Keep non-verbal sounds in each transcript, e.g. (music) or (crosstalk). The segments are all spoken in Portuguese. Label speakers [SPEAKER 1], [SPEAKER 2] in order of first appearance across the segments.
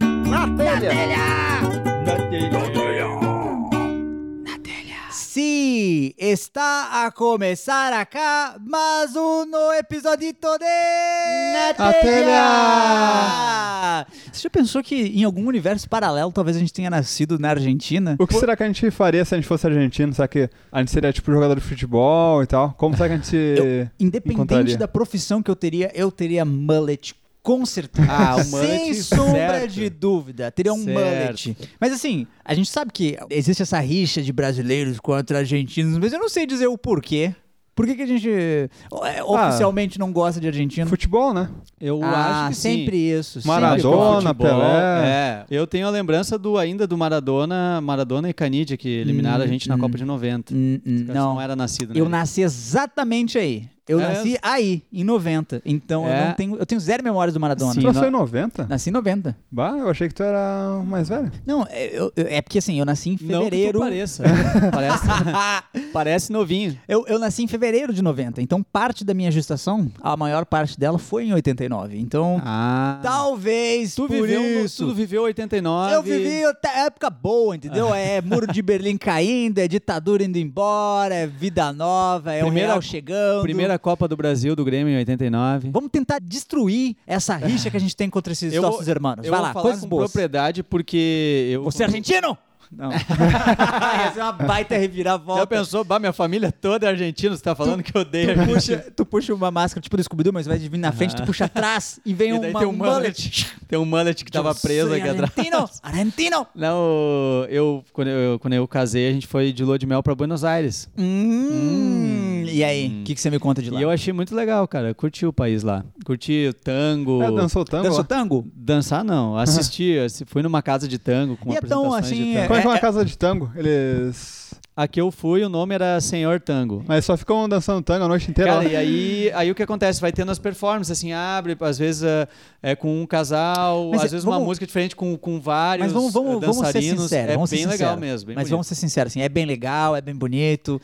[SPEAKER 1] Na telha! Sim, está a começar acá mais um no episódio de...
[SPEAKER 2] Na telha!
[SPEAKER 1] Você já pensou que em algum universo paralelo talvez a gente tenha nascido na Argentina?
[SPEAKER 2] O que será que a gente faria se a gente fosse argentino? Será que a gente seria tipo jogador de futebol e tal? Como será que a gente
[SPEAKER 3] (laughs)
[SPEAKER 2] se.
[SPEAKER 1] Independente
[SPEAKER 2] encontraria?
[SPEAKER 1] da profissão que eu teria, eu teria mullet com certeza.
[SPEAKER 3] Ah, o
[SPEAKER 1] Sem
[SPEAKER 3] mullet,
[SPEAKER 1] sombra
[SPEAKER 3] certo.
[SPEAKER 1] de dúvida, teria um
[SPEAKER 3] Certo.
[SPEAKER 1] mullet. Mas assim, a gente sabe que existe essa rixa de brasileiros contra argentinos, mas eu não sei dizer o porquê. Por que, que a gente eh,
[SPEAKER 3] Ah.
[SPEAKER 1] oficialmente não gosta de argentino?
[SPEAKER 2] Futebol, né?
[SPEAKER 3] Eu
[SPEAKER 1] ah,
[SPEAKER 3] acho que sim.
[SPEAKER 1] sempre isso. sempre
[SPEAKER 2] Maradona,
[SPEAKER 1] futebol.
[SPEAKER 3] Futebol,
[SPEAKER 2] Pelé.
[SPEAKER 3] É. Eu tenho a lembrança do ainda do Maradona, Maradona e Canidia que eliminaram a gente na Copa de 90.
[SPEAKER 1] Hum, hum,
[SPEAKER 3] Esse cara
[SPEAKER 1] Não,
[SPEAKER 3] não era nascido, né?
[SPEAKER 1] eu nasci exatamente aí. Eu
[SPEAKER 3] É.
[SPEAKER 1] nasci aí, em 90. Então eu
[SPEAKER 3] É.
[SPEAKER 1] não tenho. Eu tenho zero memórias do Maradona.
[SPEAKER 2] Tu
[SPEAKER 3] né?
[SPEAKER 2] nasceu em 90?
[SPEAKER 1] Nasci em 90.
[SPEAKER 2] Bah, eu achei que tu era o mais velho.
[SPEAKER 1] Não, é- eu- eu- é porque assim, eu nasci em
[SPEAKER 3] Não que tu
[SPEAKER 1] fevereiro. (laughs) Ah,
[SPEAKER 3] pareça. (laughs) parece, parece novinho.
[SPEAKER 1] eu, eu nasci em fevereiro de 90, então parte da minha gestação, a maior parte dela foi em 89. Então,
[SPEAKER 3] Ah.
[SPEAKER 1] talvez
[SPEAKER 3] tu
[SPEAKER 1] por
[SPEAKER 3] viveu, um no-
[SPEAKER 1] isso.
[SPEAKER 3] tu viveu 89.
[SPEAKER 1] eu vivi outra época boa,
[SPEAKER 3] Ah.
[SPEAKER 1] entendeu? É muro de Berlim caindo, é ditadura indo embora, é vida nova, é
[SPEAKER 3] Primeira-
[SPEAKER 1] o real chegando.
[SPEAKER 3] Primeira Copa do Brasil do Grêmio em 89.
[SPEAKER 1] Vamos tentar destruir essa rixa que a gente tem contra esses
[SPEAKER 3] (laughs) Eu vou-
[SPEAKER 1] nossos irmãos.
[SPEAKER 3] eu
[SPEAKER 1] Vai
[SPEAKER 3] vou
[SPEAKER 1] lá,
[SPEAKER 3] falar
[SPEAKER 1] coisas
[SPEAKER 3] com
[SPEAKER 1] boas.
[SPEAKER 3] propriedade porque eu
[SPEAKER 1] Você é argentino? (laughs)
[SPEAKER 3] Não.
[SPEAKER 1] Ia ser uma baita reviravolta.
[SPEAKER 3] Já pensou, bah, minha família toda é argentina, você tá falando que eu odeio
[SPEAKER 1] (laughs) Tu
[SPEAKER 3] argentino.
[SPEAKER 1] puxa, tu puxa uma máscara tipo do Scooby-Doo, mas vai de vir na frente, tu puxa atrás e vem
[SPEAKER 3] (laughs) E daí
[SPEAKER 1] uma,
[SPEAKER 3] tem um
[SPEAKER 1] um
[SPEAKER 3] mullet. Tem um mullet que tava preso aqui atrás.
[SPEAKER 1] Argentino! Argentino!
[SPEAKER 3] (laughs) Não, eu quando, eu quando eu casei, a gente foi de lua de mel pra Buenos Aires.
[SPEAKER 1] Hum, E aí, o que, que você me conta de lá?
[SPEAKER 3] E eu achei muito legal, cara. Curti o país lá. Curti o tango.
[SPEAKER 1] Ah,
[SPEAKER 2] É, dançou tango.
[SPEAKER 1] Dançou
[SPEAKER 2] ó.
[SPEAKER 1] tango?
[SPEAKER 3] Dançar
[SPEAKER 1] (laughs)
[SPEAKER 3] não, assistir. assi- Fui numa casa de tango com
[SPEAKER 1] E é tão,
[SPEAKER 3] apresentações
[SPEAKER 1] assim,
[SPEAKER 3] de tango.
[SPEAKER 2] Como é que é
[SPEAKER 1] É,
[SPEAKER 2] uma
[SPEAKER 1] é-
[SPEAKER 2] casa de tango? Eles.
[SPEAKER 3] A que eu fui, o nome era Senhor Tango.
[SPEAKER 2] Mas só ficam dançando tango a noite inteira. né?
[SPEAKER 3] Cara,
[SPEAKER 2] lá.
[SPEAKER 3] e aí, aí o que acontece? Vai tendo as performances, assim, abre, às vezes ah, é com um casal,
[SPEAKER 1] Mas é-
[SPEAKER 3] às vezes uma
[SPEAKER 1] vamos-
[SPEAKER 3] música diferente com, com vários
[SPEAKER 1] Mas vamos, vamos,
[SPEAKER 3] ah,
[SPEAKER 1] vamos ser
[SPEAKER 3] dançarinos.
[SPEAKER 1] sinceros.
[SPEAKER 3] é
[SPEAKER 1] vamos ser
[SPEAKER 3] bem legal
[SPEAKER 1] sinceros.
[SPEAKER 3] mesmo. bem
[SPEAKER 1] mas
[SPEAKER 3] bonito.
[SPEAKER 1] vamos ser sinceros, assim, é bem legal, é bem
[SPEAKER 3] (laughs)
[SPEAKER 1] bonito.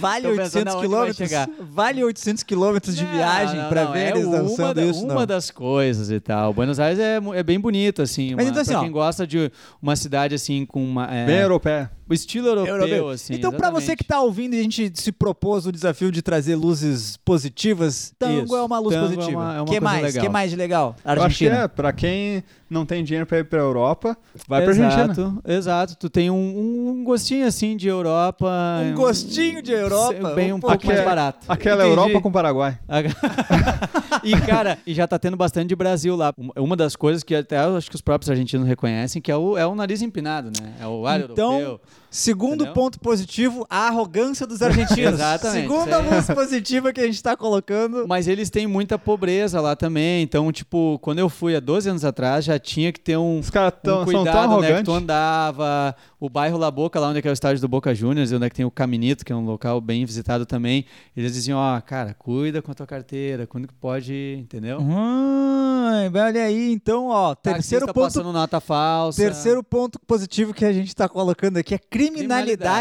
[SPEAKER 1] vale
[SPEAKER 3] Tô pensando
[SPEAKER 1] 800
[SPEAKER 3] aonde vai
[SPEAKER 1] quilômetros.
[SPEAKER 3] chegar.
[SPEAKER 1] Vale 800 quilômetros de
[SPEAKER 3] Não,
[SPEAKER 1] viagem
[SPEAKER 3] não,
[SPEAKER 1] pra
[SPEAKER 3] não,
[SPEAKER 1] ver
[SPEAKER 3] é
[SPEAKER 1] eles
[SPEAKER 3] uma
[SPEAKER 1] dançando
[SPEAKER 3] da-
[SPEAKER 1] isso,
[SPEAKER 3] Uma
[SPEAKER 1] não.
[SPEAKER 3] das coisas e tal. Buenos Aires é, mu- é bem bonito, assim.
[SPEAKER 1] Mas
[SPEAKER 3] uma-
[SPEAKER 1] então, assim,
[SPEAKER 3] pra
[SPEAKER 1] ó.
[SPEAKER 3] quem gosta de uma cidade, assim, com uma... é,
[SPEAKER 2] Bem europeia.
[SPEAKER 3] o estilo europeu,
[SPEAKER 1] Europeu.
[SPEAKER 3] assim.
[SPEAKER 1] então, pra você que tá ouvindo, a gente se propôs o desafio de trazer luzes positivas. Tango
[SPEAKER 3] Isso.
[SPEAKER 1] é uma luz
[SPEAKER 3] Tango é
[SPEAKER 1] positiva.
[SPEAKER 3] uma- é uma
[SPEAKER 1] que
[SPEAKER 3] coisa
[SPEAKER 1] mais?
[SPEAKER 3] legal.
[SPEAKER 1] Que mais de legal?
[SPEAKER 2] Eu acho que
[SPEAKER 1] Argentina.
[SPEAKER 2] é, pra quem não tem dinheiro pra ir pra Europa, vai pra
[SPEAKER 3] exato,
[SPEAKER 2] Argentina.
[SPEAKER 3] Exato, tu tem um, um gostinho, assim, de Europa. é
[SPEAKER 1] Um gostinho de Europa. é
[SPEAKER 3] Bem um, pouco
[SPEAKER 2] pouco
[SPEAKER 3] mais
[SPEAKER 2] mais-
[SPEAKER 3] barato.
[SPEAKER 2] é- Aquela
[SPEAKER 3] Entendi.
[SPEAKER 2] Europa com o Paraguai.
[SPEAKER 3] (laughs) e, cara, e já tá tendo bastante de Brasil lá. Uma- é Uma das coisas que até eu acho que os próprios argentinos reconhecem, que é o, é o nariz empinado, né? É o ar
[SPEAKER 1] Então,
[SPEAKER 3] europeu.
[SPEAKER 1] Segundo
[SPEAKER 3] Entendeu?
[SPEAKER 1] ponto positivo, a arrogância dos argentinos.
[SPEAKER 3] Exatamente.
[SPEAKER 1] Segunda
[SPEAKER 3] Isso aí.
[SPEAKER 1] luz positiva que a gente tá colocando.
[SPEAKER 3] Mas eles têm muita pobreza lá também. Então, tipo, quando eu fui há 12 anos atrás, já tinha que ter um,
[SPEAKER 2] Os caras tão-
[SPEAKER 3] um
[SPEAKER 2] são tão
[SPEAKER 3] cuidado onde é que tu
[SPEAKER 2] arrogantes.
[SPEAKER 3] andava. O bairro La Boca, lá onde é que é o estádio do Boca Juniors, e onde é que tem o Caminito, que é um local bem visitado também. Eles diziam, ó, cara, cuida com a tua carteira, quando que pode, entendeu?
[SPEAKER 1] Ai, olha aí, então, ó, Uhum. terceiro
[SPEAKER 3] Taxista
[SPEAKER 1] ponto
[SPEAKER 3] passando nota falsa.
[SPEAKER 1] Terceiro ponto positivo que a gente está colocando aqui é criminalidade,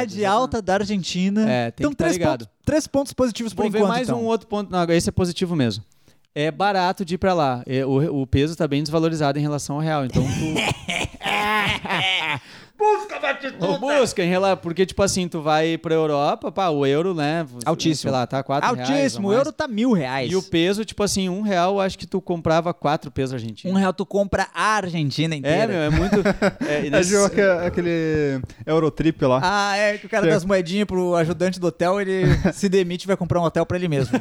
[SPEAKER 3] Criminalidade,
[SPEAKER 1] alta da Argentina.
[SPEAKER 3] É, tem
[SPEAKER 1] então,
[SPEAKER 3] que tá
[SPEAKER 1] três,
[SPEAKER 3] ligado.
[SPEAKER 1] pontos, três pontos positivos por
[SPEAKER 3] Vou ver
[SPEAKER 1] enquanto.
[SPEAKER 3] mais
[SPEAKER 1] então.
[SPEAKER 3] um outro ponto. Não, esse é positivo mesmo. É barato de ir pra lá. É, o, o peso tá bem desvalorizado em relação ao real. Então tu.
[SPEAKER 1] (laughs)
[SPEAKER 3] busca batituda!
[SPEAKER 2] Tá.
[SPEAKER 3] Busca, em relação, porque, tipo assim, tu vai pra Europa, pá, o euro, né?
[SPEAKER 1] Altíssimo.
[SPEAKER 3] Sei lá, tá quatro reais ou
[SPEAKER 1] Altíssimo, o
[SPEAKER 3] mais.
[SPEAKER 1] euro tá mil reais.
[SPEAKER 3] E o peso, tipo assim, um real, eu acho que tu comprava quatro pesos
[SPEAKER 1] Um
[SPEAKER 3] argentinos.
[SPEAKER 1] real tu compra a Argentina inteira.
[SPEAKER 3] É, meu, é muito.
[SPEAKER 2] (laughs)
[SPEAKER 3] É, e
[SPEAKER 2] Um É
[SPEAKER 3] nesse-
[SPEAKER 2] de aque- aquele Eurotrip lá.
[SPEAKER 1] Ah, é que o cara
[SPEAKER 2] Certo.
[SPEAKER 1] das moedinhas pro ajudante do hotel,
[SPEAKER 3] (laughs)
[SPEAKER 1] ele se demite e vai comprar um hotel pra ele mesmo.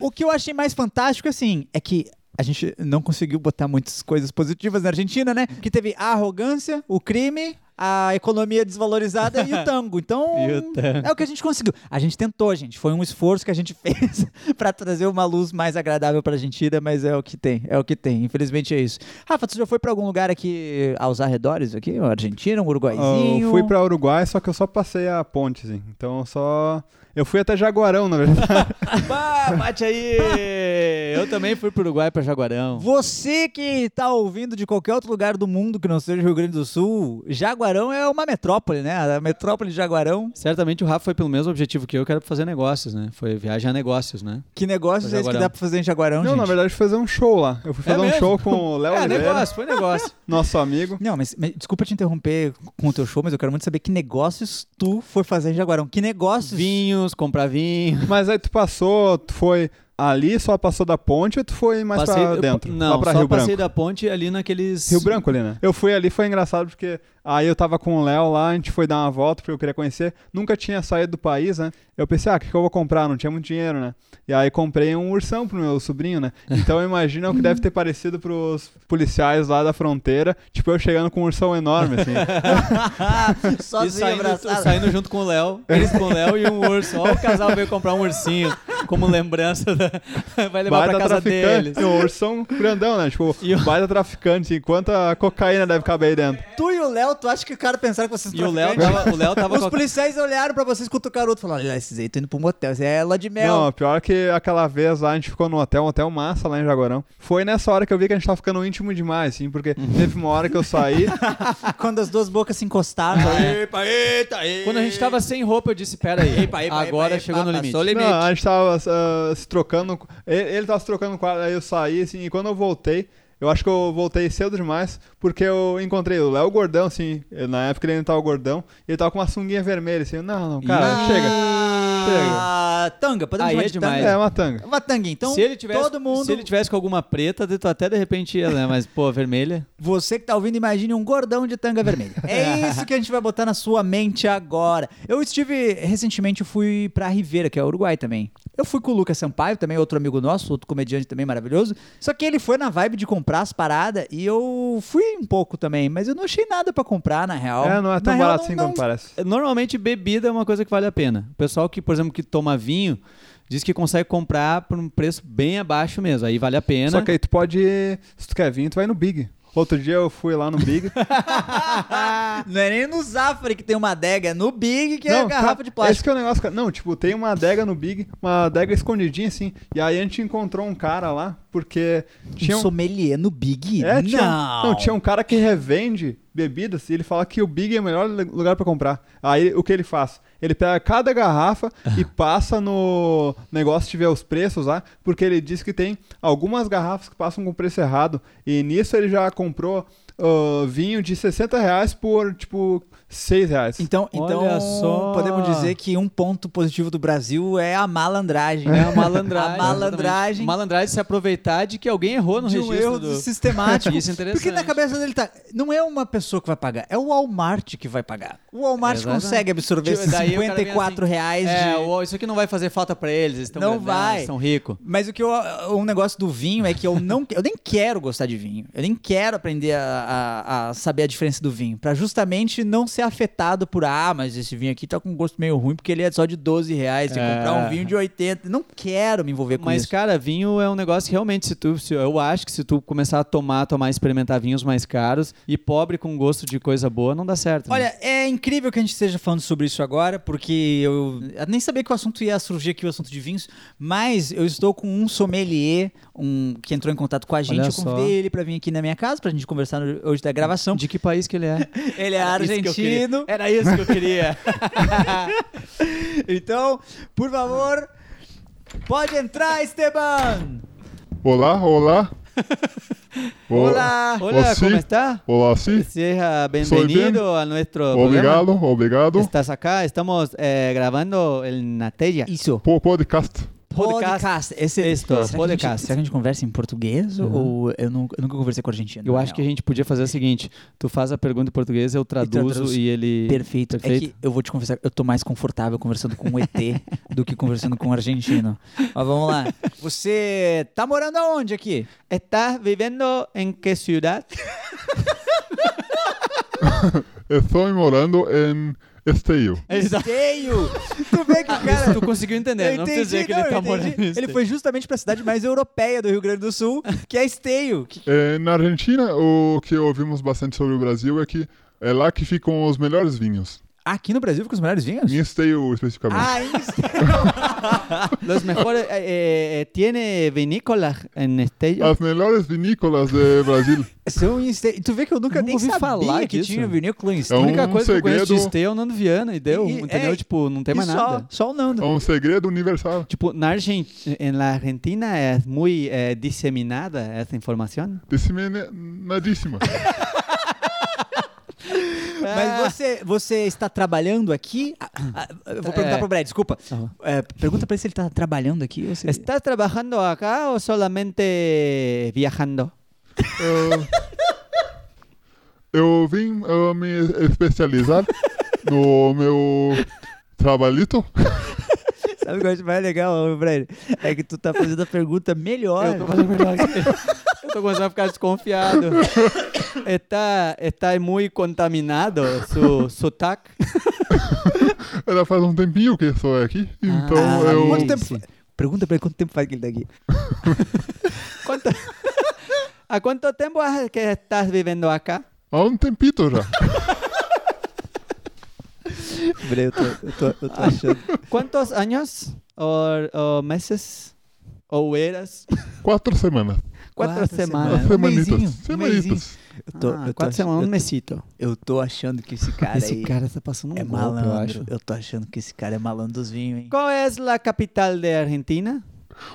[SPEAKER 1] o que eu achei mais fantástico, assim, é que a gente não conseguiu botar muitas coisas positivas na Argentina, né? Que teve a arrogância, o crime, a economia desvalorizada e o
[SPEAKER 3] (laughs)
[SPEAKER 1] tango. Então,
[SPEAKER 3] E o tango.
[SPEAKER 1] é o que a gente conseguiu. A gente tentou, gente. Foi um esforço que a gente (laughs) fez pra trazer uma luz mais agradável pra Argentina, mas é o que tem. É o que tem. Infelizmente é isso. Rafa, tu já foi pra algum lugar aqui aos arredores aqui? Argentina,
[SPEAKER 2] Eu
[SPEAKER 1] um
[SPEAKER 3] Ah,
[SPEAKER 1] uruguaizinho?
[SPEAKER 2] fui pra Uruguai, só que eu só passei a ponte, assim. Então eu só. Eu fui até Jaguarão, na verdade.
[SPEAKER 3] Bah, bate aí! Eu também fui pro Uruguai pra Jaguarão.
[SPEAKER 1] Você que tá ouvindo de qualquer outro lugar do mundo que não seja o Rio Grande do Sul, Jaguarão é uma metrópole, né? A metrópole de Jaguarão.
[SPEAKER 3] Certamente o Rafa foi pelo mesmo objetivo que eu, que era pra fazer negócios, né? Foi viagem a negócios, né?
[SPEAKER 1] Que negócios
[SPEAKER 3] Pra
[SPEAKER 1] é esse que
[SPEAKER 3] Jaguarão.
[SPEAKER 1] dá pra fazer em Jaguarão,
[SPEAKER 2] Não,
[SPEAKER 1] gente?
[SPEAKER 2] na verdade, fazer um show lá. Eu fui
[SPEAKER 3] É
[SPEAKER 2] fazer um
[SPEAKER 3] mesmo?
[SPEAKER 2] show com o Léo
[SPEAKER 3] é,
[SPEAKER 2] Oliveira,
[SPEAKER 3] negócio, foi
[SPEAKER 2] (laughs)
[SPEAKER 3] negócio.
[SPEAKER 2] nosso amigo.
[SPEAKER 1] Não, mas, mas desculpa te interromper com o teu show, mas eu quero muito saber que negócios tu foi fazer em Jaguarão. Que negócios? (laughs)
[SPEAKER 3] Vinhos, comprar vinho.
[SPEAKER 2] Mas aí tu passou, tu foi ali, só passou da ponte ou tu foi mais pra dentro?
[SPEAKER 3] Não,
[SPEAKER 2] lá pra
[SPEAKER 3] só
[SPEAKER 2] Rio Branco.
[SPEAKER 3] passei da ponte ali naqueles...
[SPEAKER 2] Rio Branco ali, né? Eu fui ali, foi engraçado porque aí eu tava com o Léo lá, a gente foi dar uma volta porque eu queria conhecer. Nunca tinha saído do país, né? Eu pensei, ah, o que, que eu vou comprar? Não tinha muito dinheiro, né? E aí comprei um ursão pro meu sobrinho,
[SPEAKER 3] (laughs)
[SPEAKER 2] né? Então imagina o que deve ter parecido pros policiais lá da fronteira, tipo eu chegando com um ursão enorme, assim.
[SPEAKER 1] Sozinho
[SPEAKER 3] E saindo,
[SPEAKER 1] abraçado.
[SPEAKER 3] saindo junto com o Léo. Eles com o Léo e um urso. Ó, o casal veio comprar um ursinho como lembrança. da- (laughs) Vai (laughs) levar
[SPEAKER 2] baita
[SPEAKER 3] pra casa
[SPEAKER 2] traficante.
[SPEAKER 3] deles.
[SPEAKER 2] Um ursão grandão, né? Tipo,
[SPEAKER 3] E um o-
[SPEAKER 2] baita traficante, assim, quanta cocaína deve caber aí dentro.
[SPEAKER 1] Tu e o Léo, tu acha que o cara pensaram que vocês
[SPEAKER 3] E o
[SPEAKER 1] são
[SPEAKER 3] Léo
[SPEAKER 1] traficantes?
[SPEAKER 3] tava, o Léo tava com
[SPEAKER 1] Os
[SPEAKER 3] a-
[SPEAKER 1] policiais olharam pra vocês, cutucaram o outro, falaram, "Ah, esses aí estão indo pro motel, isso é lua de mel.
[SPEAKER 2] Não, pior que aquela vez lá a gente ficou num hotel, um hotel massa lá em Jaguarão. Foi nessa hora que eu vi que a gente tava ficando íntimo demais, assim, porque teve uma hora que eu saí.
[SPEAKER 1] (laughs) Quando as duas bocas se encostaram.
[SPEAKER 4] Epa, eita, eita.
[SPEAKER 3] Quando a gente tava sem roupa, eu disse, pera aí,
[SPEAKER 4] Epa, epa,
[SPEAKER 3] agora
[SPEAKER 4] epa,
[SPEAKER 3] chegou
[SPEAKER 4] epa,
[SPEAKER 3] no limite.
[SPEAKER 4] passou o limite.
[SPEAKER 2] Não, a gente tava ah, se trocando. Ele, ele tava se trocando quadro, aí eu saí, assim, e quando eu voltei. Eu acho que eu voltei cedo demais, porque eu encontrei o Léo Gordão, assim, na época ele ainda tava gordão, e ele tava com uma sunguinha vermelha, assim, não, não, cara,
[SPEAKER 1] Ah,
[SPEAKER 2] chega.
[SPEAKER 1] Tanga, podemos
[SPEAKER 3] Aí
[SPEAKER 1] chamar
[SPEAKER 3] é
[SPEAKER 1] de
[SPEAKER 3] demais.
[SPEAKER 1] tanga?
[SPEAKER 2] É uma tanga.
[SPEAKER 1] Uma tanguinha. Então,
[SPEAKER 3] se, ele tivesse,
[SPEAKER 1] todo mundo,
[SPEAKER 3] se ele tivesse com alguma preta, tu até de repente ia, né? Mas, pô, vermelha.
[SPEAKER 1] você que tá ouvindo, imagine um gordão de tanga vermelha.
[SPEAKER 3] (laughs)
[SPEAKER 1] É isso que a gente vai botar na sua mente agora. Eu estive, recentemente, eu fui pra Ribeira, que é Uruguai também. Eu fui com o Lucas Sampaio, também outro amigo nosso, outro comediante também maravilhoso. Só que ele foi na vibe de comprar as paradas e eu fui um pouco também, mas eu não achei nada pra comprar, na real.
[SPEAKER 2] É, não é tão
[SPEAKER 1] Na real,
[SPEAKER 2] barato
[SPEAKER 1] não-
[SPEAKER 2] assim
[SPEAKER 1] não- um
[SPEAKER 2] como parece.
[SPEAKER 3] Normalmente, bebida é uma coisa que vale a pena. O pessoal que, por exemplo, que toma vinho, diz que consegue comprar por um preço bem abaixo mesmo. Aí vale a pena.
[SPEAKER 2] Só que aí tu pode. Se tu quer vir, tu vai no Big. Outro dia eu fui lá no Big.
[SPEAKER 1] Não é nem no Zafari que tem uma adega, é no Big que é a garrafa
[SPEAKER 2] tá,
[SPEAKER 1] de plástico.
[SPEAKER 2] Esse que é o negócio, cara. Não, tipo, tem uma adega no Big, uma adega escondidinha, assim. E aí a gente encontrou um cara lá, porque tinha
[SPEAKER 1] Um
[SPEAKER 2] um.
[SPEAKER 1] sommelier no Big?
[SPEAKER 2] É, tinha,
[SPEAKER 1] não.
[SPEAKER 2] não, tinha um cara que revende bebidas e ele fala que o Big é o melhor le- lugar pra comprar. Aí o que ele faz? Ele pega cada garrafa
[SPEAKER 1] Ah.
[SPEAKER 2] e passa no negócio de ver os preços lá, porque ele diz que tem algumas garrafas que passam com preço errado. E nisso ele já comprou ah, vinho de 60 reais por, tipo, 6 reais.
[SPEAKER 1] Então, então
[SPEAKER 3] Olha só.
[SPEAKER 1] podemos dizer que um ponto positivo do Brasil é a malandragem.
[SPEAKER 3] É a malandragem.
[SPEAKER 1] A
[SPEAKER 3] exatamente.
[SPEAKER 1] malandragem
[SPEAKER 3] Malandragem se aproveitar de que alguém errou no
[SPEAKER 1] de um
[SPEAKER 3] registro
[SPEAKER 1] erro
[SPEAKER 3] do...
[SPEAKER 1] sistemático.
[SPEAKER 3] (laughs) Isso é interessante.
[SPEAKER 1] Porque na cabeça dele tá. Não é uma pessoa que vai pagar, é o Walmart que vai pagar. O Walmart
[SPEAKER 3] Exatamente.
[SPEAKER 1] consegue absorver
[SPEAKER 3] Tipo,
[SPEAKER 1] esses
[SPEAKER 3] daí o cara vem
[SPEAKER 1] 54
[SPEAKER 3] assim,
[SPEAKER 1] reais de.
[SPEAKER 3] É, o- isso aqui não vai fazer falta pra eles, eles estão
[SPEAKER 1] Não
[SPEAKER 3] grandão,
[SPEAKER 1] vai.
[SPEAKER 3] eles são ricos.
[SPEAKER 1] Mas o que eu, um negócio do vinho é que eu não, eu nem quero gostar de vinho. Eu nem quero aprender a, a- a saber a diferença do vinho, Pra justamente não ser afetado por ah, mas esse vinho aqui tá com um gosto meio ruim porque ele é só de 12 reais. Você
[SPEAKER 3] É.
[SPEAKER 1] comprar um vinho de 80, não quero me envolver com
[SPEAKER 3] Mas,
[SPEAKER 1] isso.
[SPEAKER 3] cara, vinho é um negócio que realmente, se tu, se- eu acho que se tu começar a tomar, tomar, experimentar vinhos mais caros e pobre com gosto de coisa boa, não dá certo. né?
[SPEAKER 1] Olha, é incrível que a gente esteja falando sobre isso agora, porque eu, eu nem sabia que o assunto ia surgir aqui, o assunto de vinhos, mas eu estou com um sommelier um, que entrou em contato com a gente.
[SPEAKER 3] Olha
[SPEAKER 1] eu convidei
[SPEAKER 3] só.
[SPEAKER 1] ele pra vir aqui na minha casa pra gente conversar no- hoje da gravação.
[SPEAKER 3] de que país que
[SPEAKER 1] (laughs)
[SPEAKER 3] ele é?
[SPEAKER 1] Ele é argentino.
[SPEAKER 3] Era isso que eu queria.
[SPEAKER 1] (laughs) Então, por favor, pode entrar, Esteban!
[SPEAKER 5] Olá, olá.
[SPEAKER 1] Olá!
[SPEAKER 3] Olha,
[SPEAKER 5] Você-
[SPEAKER 3] como é está?
[SPEAKER 5] Olá, sim.
[SPEAKER 3] Seja
[SPEAKER 5] Soy bien.
[SPEAKER 3] bem-vindo a nosso
[SPEAKER 5] Obrigado, obrigado.
[SPEAKER 3] programa. Estás acá, estamos eh, gravando na telha.
[SPEAKER 1] Isso.
[SPEAKER 5] Po- podcast.
[SPEAKER 1] Podcast. Esse,
[SPEAKER 3] Esto,
[SPEAKER 1] será que a gente-
[SPEAKER 3] podcast.
[SPEAKER 1] será que a gente conversa em português ou eu, nun- eu nunca conversei com argentino?
[SPEAKER 3] Eu
[SPEAKER 1] na
[SPEAKER 3] acho que a
[SPEAKER 1] real.
[SPEAKER 3] gente podia fazer o seguinte: tu faz a pergunta em português, eu traduzo
[SPEAKER 1] traduzo.
[SPEAKER 3] e, ele.
[SPEAKER 1] Perfeito. É
[SPEAKER 3] Perfeito.
[SPEAKER 1] que eu vou te confessar, eu tô mais confortável conversando com um ET do que conversando com um argentino. Mas vamos lá. Você tá morando aonde aqui?
[SPEAKER 3] Estás É, tá vivendo em que cidade?
[SPEAKER 5] Estou morando em Esteio.
[SPEAKER 1] Esteio! É (laughs) tu vê que o cara...
[SPEAKER 3] tu conseguiu
[SPEAKER 1] Eu
[SPEAKER 3] entender, Ah, não
[SPEAKER 1] entendi,
[SPEAKER 3] precisa dizer que
[SPEAKER 1] não,
[SPEAKER 3] ele tá
[SPEAKER 1] eu entendi.
[SPEAKER 3] morando nisso.
[SPEAKER 1] Ele foi justamente pra cidade mais europeia do Rio Grande do Sul, que é Esteio. Que-
[SPEAKER 5] Eh, na Argentina, o que ouvimos bastante sobre o Brasil é que é lá que ficam os melhores vinhos.
[SPEAKER 1] Aqui no Brasil fica os melhores vinhos?
[SPEAKER 5] Em Esteio, especificamente.
[SPEAKER 1] Ah, isso.
[SPEAKER 3] Los mejores eh, eh, tiene vinícolas en Estella.
[SPEAKER 5] As melhores vinícolas do Brasil.
[SPEAKER 1] (laughs) São em Ste- Tu vê que eu nunca,
[SPEAKER 3] Nunca
[SPEAKER 1] nem
[SPEAKER 3] ouvi
[SPEAKER 1] sabia
[SPEAKER 3] falar
[SPEAKER 1] que
[SPEAKER 3] disso.
[SPEAKER 1] tinha vinícola em
[SPEAKER 5] É
[SPEAKER 3] a
[SPEAKER 1] Estúdio.
[SPEAKER 3] única
[SPEAKER 5] um
[SPEAKER 3] coisa que eu conheço de
[SPEAKER 5] segredo-
[SPEAKER 3] Estella é o Nando Viana e deu,
[SPEAKER 1] E-
[SPEAKER 3] entendeu?
[SPEAKER 1] é,
[SPEAKER 3] tipo, não tem mais
[SPEAKER 1] só,
[SPEAKER 3] nada.
[SPEAKER 1] Só o Nando.
[SPEAKER 5] É um segredo universal.
[SPEAKER 3] Tipo, na Argentina, na Argentina é muito eh, disseminada essa informação.
[SPEAKER 5] é Disseminadíssima.
[SPEAKER 3] Ah.
[SPEAKER 1] Mas você, você está trabalhando aqui? Ah, ah, eu vou perguntar
[SPEAKER 3] É. É.
[SPEAKER 1] pro Brad, desculpa. É, pergunta pra ele se ele tá trabalhando aqui ou se...
[SPEAKER 3] ¿Estás trabajando acá o solamente viajando?
[SPEAKER 5] Eu vim eu me especializar no meu trabalhito.
[SPEAKER 1] (laughs) Sabe o que eu acho mais legal, Brad? É que tu tá fazendo a pergunta melhor.
[SPEAKER 3] Eu tô começando a ficar desconfiado. Está, está muito contaminado seu sotaque.
[SPEAKER 5] Ela faz um tempinho que estou aqui, então
[SPEAKER 3] Ah,
[SPEAKER 5] eu...
[SPEAKER 1] Quanto tempo...
[SPEAKER 3] Sim.
[SPEAKER 1] Pergunta pra ele quanto tempo faz que ele tá aqui.
[SPEAKER 3] Quanto, há quanto tempo has- que estás vivendo acá?
[SPEAKER 5] Há um tempito
[SPEAKER 1] (laughs)
[SPEAKER 5] já.
[SPEAKER 1] Brad, eu tô, eu tô, eu tô achando.
[SPEAKER 3] Quantos anos? Ou, ou meses? Ou eras?
[SPEAKER 5] Quatro semanas.
[SPEAKER 3] Quatro,
[SPEAKER 1] Quatro
[SPEAKER 3] semanas.
[SPEAKER 1] semanas. um
[SPEAKER 5] Semanitas.
[SPEAKER 1] mêsinho, um
[SPEAKER 5] Semanitas.
[SPEAKER 1] Eu tô,
[SPEAKER 3] Ah,
[SPEAKER 1] eu tô
[SPEAKER 3] quatro
[SPEAKER 1] achando,
[SPEAKER 3] semanas, um
[SPEAKER 1] eu-
[SPEAKER 3] mesito.
[SPEAKER 1] Eu tô achando que né? esse cara
[SPEAKER 3] esse
[SPEAKER 1] aí
[SPEAKER 3] cara tá passando um
[SPEAKER 1] é
[SPEAKER 3] golpe,
[SPEAKER 1] malandro.
[SPEAKER 3] eu acho.
[SPEAKER 1] tô achando que esse cara é malandrozinho, hein?
[SPEAKER 3] Qual é a capital da Argentina?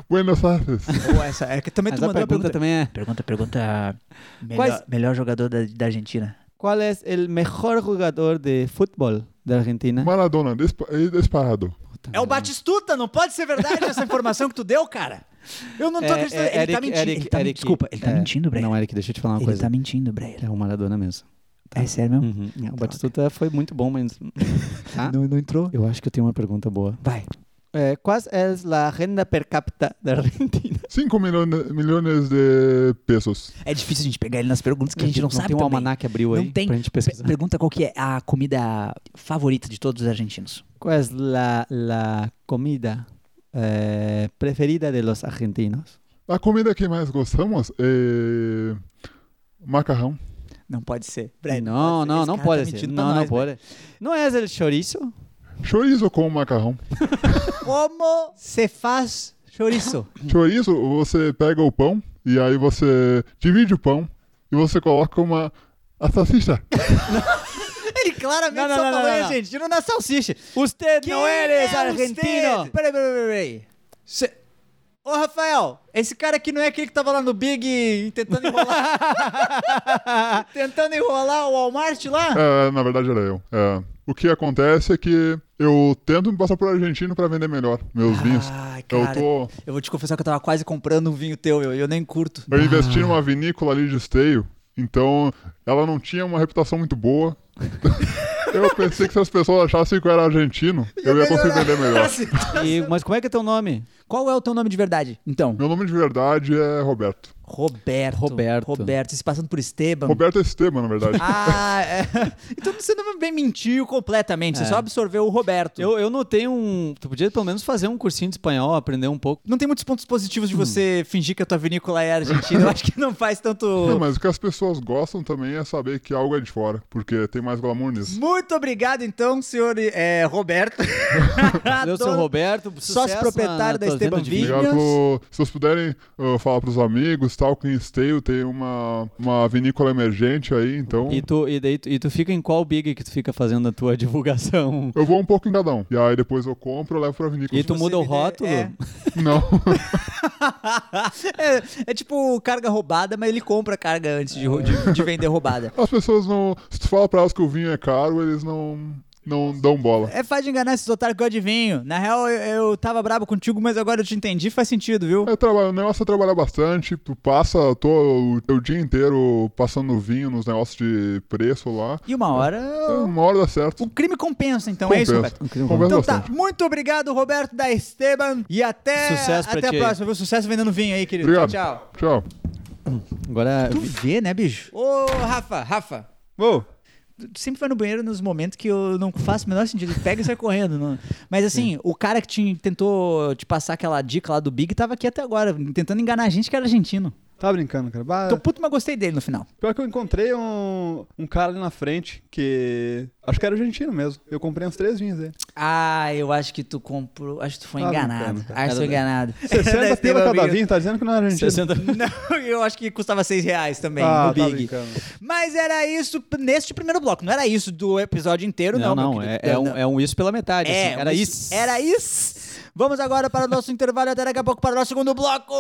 [SPEAKER 5] Buenos Aires.
[SPEAKER 1] Ou essa, é que também
[SPEAKER 3] Mas
[SPEAKER 1] tu
[SPEAKER 3] a
[SPEAKER 1] mandou a pergunta.
[SPEAKER 3] pergunta também é...
[SPEAKER 1] Pergunta, pergunta. Melhor,
[SPEAKER 3] Quais-
[SPEAKER 1] melhor jogador da, da Argentina.
[SPEAKER 3] ¿Cuál es el mejor jugador de fútbol de Argentina?
[SPEAKER 5] Maradona, dispa- eh, disparado.
[SPEAKER 1] É o Batistuta, não pode ser verdade essa informação que tu deu, cara. Eu não tô acreditando. ele tá mentindo. ele tá,
[SPEAKER 3] Eh, Eric-
[SPEAKER 1] desculpa, ele tá
[SPEAKER 3] é,
[SPEAKER 1] mentindo, Breno.
[SPEAKER 3] Não, Eric, deixa eu te falar uma
[SPEAKER 1] ele
[SPEAKER 3] coisa.
[SPEAKER 1] tá mentindo, Breno.
[SPEAKER 3] É o Maradona mesmo.
[SPEAKER 1] É sério mesmo?
[SPEAKER 3] Uhum. O
[SPEAKER 1] Droga.
[SPEAKER 3] Batistuta foi muito bom, mas... (laughs) Ah,
[SPEAKER 1] Não, não entrou?
[SPEAKER 3] eu acho que eu tenho uma pergunta boa.
[SPEAKER 1] Vai.
[SPEAKER 3] É, qual é a renda per capita da Argentina?
[SPEAKER 5] 5 milhões, milhões de pesos.
[SPEAKER 1] É difícil a gente pegar ele nas perguntas que a gente não, sabe
[SPEAKER 3] tem um
[SPEAKER 1] também.
[SPEAKER 3] almanac abriu
[SPEAKER 1] Não
[SPEAKER 3] aí
[SPEAKER 1] tem.
[SPEAKER 3] pra gente pesquisar.
[SPEAKER 1] Pe- Pergunta qual que é a comida favorita de todos os argentinos.
[SPEAKER 3] Qual é a, a comida eh, preferida de los argentinos?
[SPEAKER 5] A comida que mais gostamos é macarrão.
[SPEAKER 1] Não pode ser. tá
[SPEAKER 3] não, não, não pode ser.
[SPEAKER 1] mentindo né?
[SPEAKER 3] Não, não pode. Não é o chorizo?
[SPEAKER 5] Chorizo com macarrão.
[SPEAKER 1] Como se faz chorizo?
[SPEAKER 5] Chorizo, você pega o pão e aí você divide o pão e você coloca uma a salsicha.
[SPEAKER 1] Ele claramente
[SPEAKER 3] Não, não,
[SPEAKER 1] só
[SPEAKER 3] não,
[SPEAKER 1] falou
[SPEAKER 3] não,
[SPEAKER 1] em
[SPEAKER 3] não.
[SPEAKER 1] argentino na salsicha.
[SPEAKER 3] (laughs) Usted
[SPEAKER 1] Que
[SPEAKER 3] não eres
[SPEAKER 1] é (laughs)
[SPEAKER 3] argentino.
[SPEAKER 1] usted? Peraí, peraí, peraí. Cê- Ô, Rafael, esse cara aqui não é aquele que tava lá no Big tentando
[SPEAKER 3] (laughs)
[SPEAKER 1] enrolar... tentando enrolar o Walmart lá?
[SPEAKER 5] É, na verdade era eu. É. O que acontece é que eu tento me passar por argentino pra vender melhor meus É, vinhos.
[SPEAKER 1] Ai,
[SPEAKER 5] Eu
[SPEAKER 1] Ah, cara, eu,
[SPEAKER 5] tô
[SPEAKER 1] vou te confessar que eu tava quase comprando um vinho teu, eu, eu nem curto.
[SPEAKER 5] eu
[SPEAKER 1] Ah.
[SPEAKER 5] investi numa vinícola ali de esteio, então ela não tinha uma reputação muito
[SPEAKER 1] (laughs)
[SPEAKER 5] boa. eu pensei que se as pessoas achassem que eu era argentino, eu ia conseguir vender melhor.
[SPEAKER 3] E- mas como é que é teu nome?
[SPEAKER 1] (laughs) Qual é o teu nome de verdade, então?
[SPEAKER 5] Meu nome de verdade é Roberto.
[SPEAKER 1] Roberto.
[SPEAKER 3] Roberto.
[SPEAKER 1] Roberto, se passando por Esteban.
[SPEAKER 5] Roberto Esteban, na verdade.
[SPEAKER 1] Tá. Ah, é. (laughs) Então você não bem mentiu completamente, você
[SPEAKER 3] É.
[SPEAKER 1] só absorveu o Roberto.
[SPEAKER 3] Eu, eu notei um. Tu podia pelo menos fazer um cursinho de espanhol, aprender um pouco.
[SPEAKER 1] Não tem muitos pontos
[SPEAKER 5] Hum.
[SPEAKER 1] positivos de você fingir que a tua vinícola é argentina. (laughs) Eu acho que não faz tanto.
[SPEAKER 5] Não, mas o que as pessoas gostam também é saber que algo é de fora, porque tem mais glamour nisso.
[SPEAKER 1] Muito obrigado, então, senhor é, (laughs) Roberto.
[SPEAKER 3] Eu sou o
[SPEAKER 1] Adoro.
[SPEAKER 3] Roberto, sucesso na-
[SPEAKER 1] proprietário da
[SPEAKER 3] nas tuas
[SPEAKER 1] Esteban
[SPEAKER 3] vendas de
[SPEAKER 1] Vinho.
[SPEAKER 3] vinho.
[SPEAKER 5] Obrigado.
[SPEAKER 1] Vinhos.
[SPEAKER 5] pelo- Tá Se vocês puderem uh, falar pros amigos, tal, que em Esteio tem uma, uma vinícola emergente aí, então
[SPEAKER 3] E tu, e, daí, tu- e tu fica em qual big que tu fica fazendo a tua (laughs) divulgação?
[SPEAKER 5] eu vou um pouco em cada um. E aí depois eu compro, eu levo pra vinícola.
[SPEAKER 3] E tu
[SPEAKER 1] você
[SPEAKER 3] muda o
[SPEAKER 1] me der-
[SPEAKER 3] rótulo?
[SPEAKER 1] é.
[SPEAKER 5] (laughs) Não,
[SPEAKER 1] (laughs) é, é tipo carga roubada, mas ele compra carga antes de, rou- de- de vender roubada.
[SPEAKER 5] as pessoas não... Se tu fala pra elas que o vinho é caro, eles não, não dão bola.
[SPEAKER 1] É fácil de enganar esses otários que eu adivinho. Na real, eu, eu tava brabo contigo, mas agora eu te entendi, faz sentido, viu?
[SPEAKER 5] É trabalho, o negócio é trabalhar bastante, tu passa tô, o teu dia inteiro passando vinho nos negócios de preço lá.
[SPEAKER 1] E uma hora.
[SPEAKER 5] Uma hora dá certo.
[SPEAKER 1] O crime compensa, então, é isso,
[SPEAKER 5] Compensa.
[SPEAKER 1] Roberto?
[SPEAKER 5] Compensa
[SPEAKER 1] Então
[SPEAKER 5] bastante.
[SPEAKER 1] tá, muito obrigado, Roberto da Esteban. E até,
[SPEAKER 3] Sucesso pra
[SPEAKER 1] até
[SPEAKER 3] ti
[SPEAKER 1] a
[SPEAKER 3] aí.
[SPEAKER 1] próxima, viu? Sucesso vendendo vinho aí, querido.
[SPEAKER 5] Obrigado.
[SPEAKER 1] Tchau,
[SPEAKER 5] Tchau.
[SPEAKER 1] tchau.
[SPEAKER 3] Agora.
[SPEAKER 1] Tu vê, né, bicho? Ô, Rafa, Rafa.
[SPEAKER 2] Uou,
[SPEAKER 1] Tu sempre vai no banheiro nos momentos que eu não faço o menor sentido. Tu Pega e sai correndo. não- Mas assim, o cara que te, tentou te passar aquela dica lá do Big tava aqui até agora, tentando enganar a gente que era argentino.
[SPEAKER 2] Tá brincando, cara. Bah,
[SPEAKER 1] Tô puto, mas gostei dele no final.
[SPEAKER 2] Pior que eu encontrei um, um cara ali na frente que. Acho que era argentino mesmo. Eu comprei uns três vinhos dele.
[SPEAKER 1] Ah, eu acho que tu comprou. Acho que tu foi
[SPEAKER 2] Ah, não
[SPEAKER 1] enganado.
[SPEAKER 2] entendo, cara.
[SPEAKER 1] acho que tu foi
[SPEAKER 3] Nada
[SPEAKER 1] enganado. (laughs)
[SPEAKER 2] 60
[SPEAKER 1] Deve ter
[SPEAKER 2] pila
[SPEAKER 1] uma
[SPEAKER 2] cada
[SPEAKER 1] briga.
[SPEAKER 2] vinho, tá dizendo que não era argentino.
[SPEAKER 3] 60
[SPEAKER 1] Não, (laughs) eu acho que custava 6 reais também,
[SPEAKER 2] Ah,
[SPEAKER 1] no
[SPEAKER 2] tá
[SPEAKER 1] Big.
[SPEAKER 2] brincando.
[SPEAKER 1] Mas era isso p- neste primeiro bloco. Não era isso do episódio inteiro, não.
[SPEAKER 3] Não,
[SPEAKER 1] meu
[SPEAKER 3] não,
[SPEAKER 1] querido.
[SPEAKER 3] é, é um, é um isso pela metade.
[SPEAKER 1] É,
[SPEAKER 3] assim, Era
[SPEAKER 1] um-
[SPEAKER 3] isso.
[SPEAKER 1] Era isso. Vamos agora para o nosso intervalo e até daqui a pouco para o nosso segundo bloco.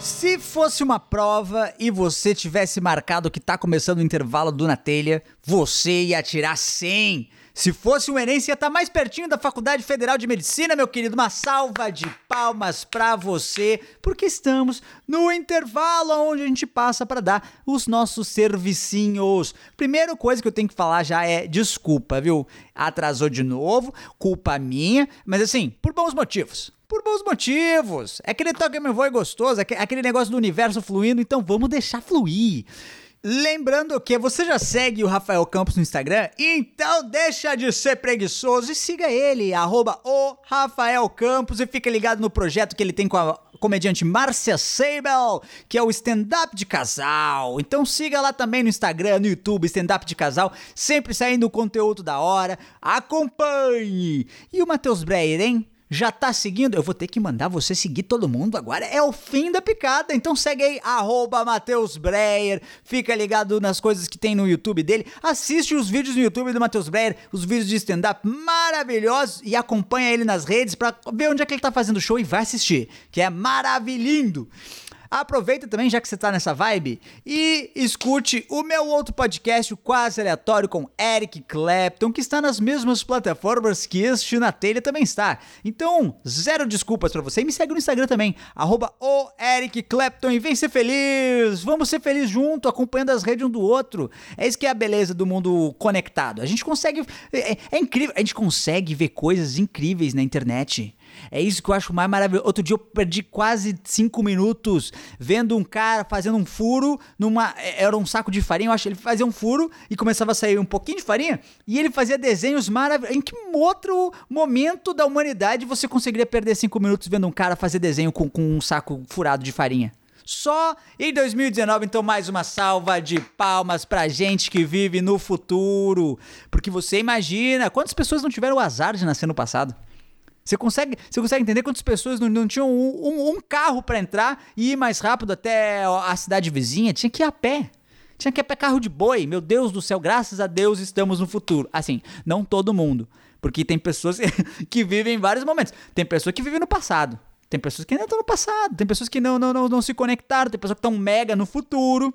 [SPEAKER 1] Se fosse uma prova e você tivesse marcado que tá começando o intervalo do Na Telha, você ia tirar 100. Se fosse um Enem, você ia estar mais pertinho da Faculdade Federal de Medicina, meu querido. Uma salva de palmas pra você, porque estamos no intervalo onde a gente passa pra dar os nossos servicinhos. Primeira coisa que eu tenho que falar já é desculpa, viu? Atrasou de novo, culpa minha, mas assim, por bons motivos. Por bons motivos. É aquele toque me voe gostoso, é aque- aquele negócio do universo fluindo, então vamos deixar fluir. Lembrando que você já segue o Rafael Campos no Instagram, então deixa de ser preguiçoso e siga ele, arroba o Rafael Campos e fica ligado no projeto que ele tem com a comediante Márcia Seibel, que é o stand-up de casal. Então siga lá também no Instagram, no YouTube, stand-up de casal, sempre saindo conteúdo da hora. Acompanhe! E o Matheus Breyer, hein? Já tá seguindo? Eu vou ter que mandar você seguir todo mundo agora. É o fim da picada. Então segue aí, arroba Matheus Breyer. Fica ligado nas coisas que tem no YouTube dele. Assiste os vídeos no YouTube do Matheus Breyer, os vídeos de stand-up maravilhosos. E acompanha ele nas redes pra ver onde é que ele tá fazendo show e vai assistir. Que é maravilhindo. Aproveita também, já que você tá nessa vibe, e escute o meu outro podcast, o Quase Aleatório, com Eric Clapton, que está nas mesmas plataformas que este na telha também está. Então, zero desculpas pra você. E me segue no Instagram também, arroba o Eric Clapton, e vem ser feliz! Vamos ser felizes junto, acompanhando as redes um do outro. É isso que é a beleza do mundo conectado. A gente consegue. É, é incrível, a gente consegue ver coisas incríveis na internet. É isso que eu acho mais maravilhoso. Outro dia eu perdi quase cinco minutos vendo um cara fazendo um furo numa. Era um saco de farinha, eu acho. Ele fazia um furo e começava a sair um pouquinho de farinha e ele fazia desenhos maravilhosos. Em que um outro momento da humanidade você conseguiria perder cinco minutos vendo um cara fazer desenho com, com um saco furado de farinha? Só em 2019, então mais uma salva de palmas pra gente que vive no futuro. Porque você imagina quantas pessoas não tiveram o azar de nascer no passado? Você consegue, você consegue entender quantas pessoas não, não tinham um, um- um carro pra entrar e ir mais rápido até a cidade vizinha? Tinha que ir a pé. Tinha que ir a pé carro de boi. Meu Deus do céu, graças a Deus estamos no futuro. Assim, não todo mundo. Porque tem pessoas (laughs) que vivem em vários momentos. Tem pessoa que vive no passado. Tem pessoas que ainda estão no passado. Tem pessoas que não, não, não, não se conectaram. Tem pessoas que estão mega no futuro.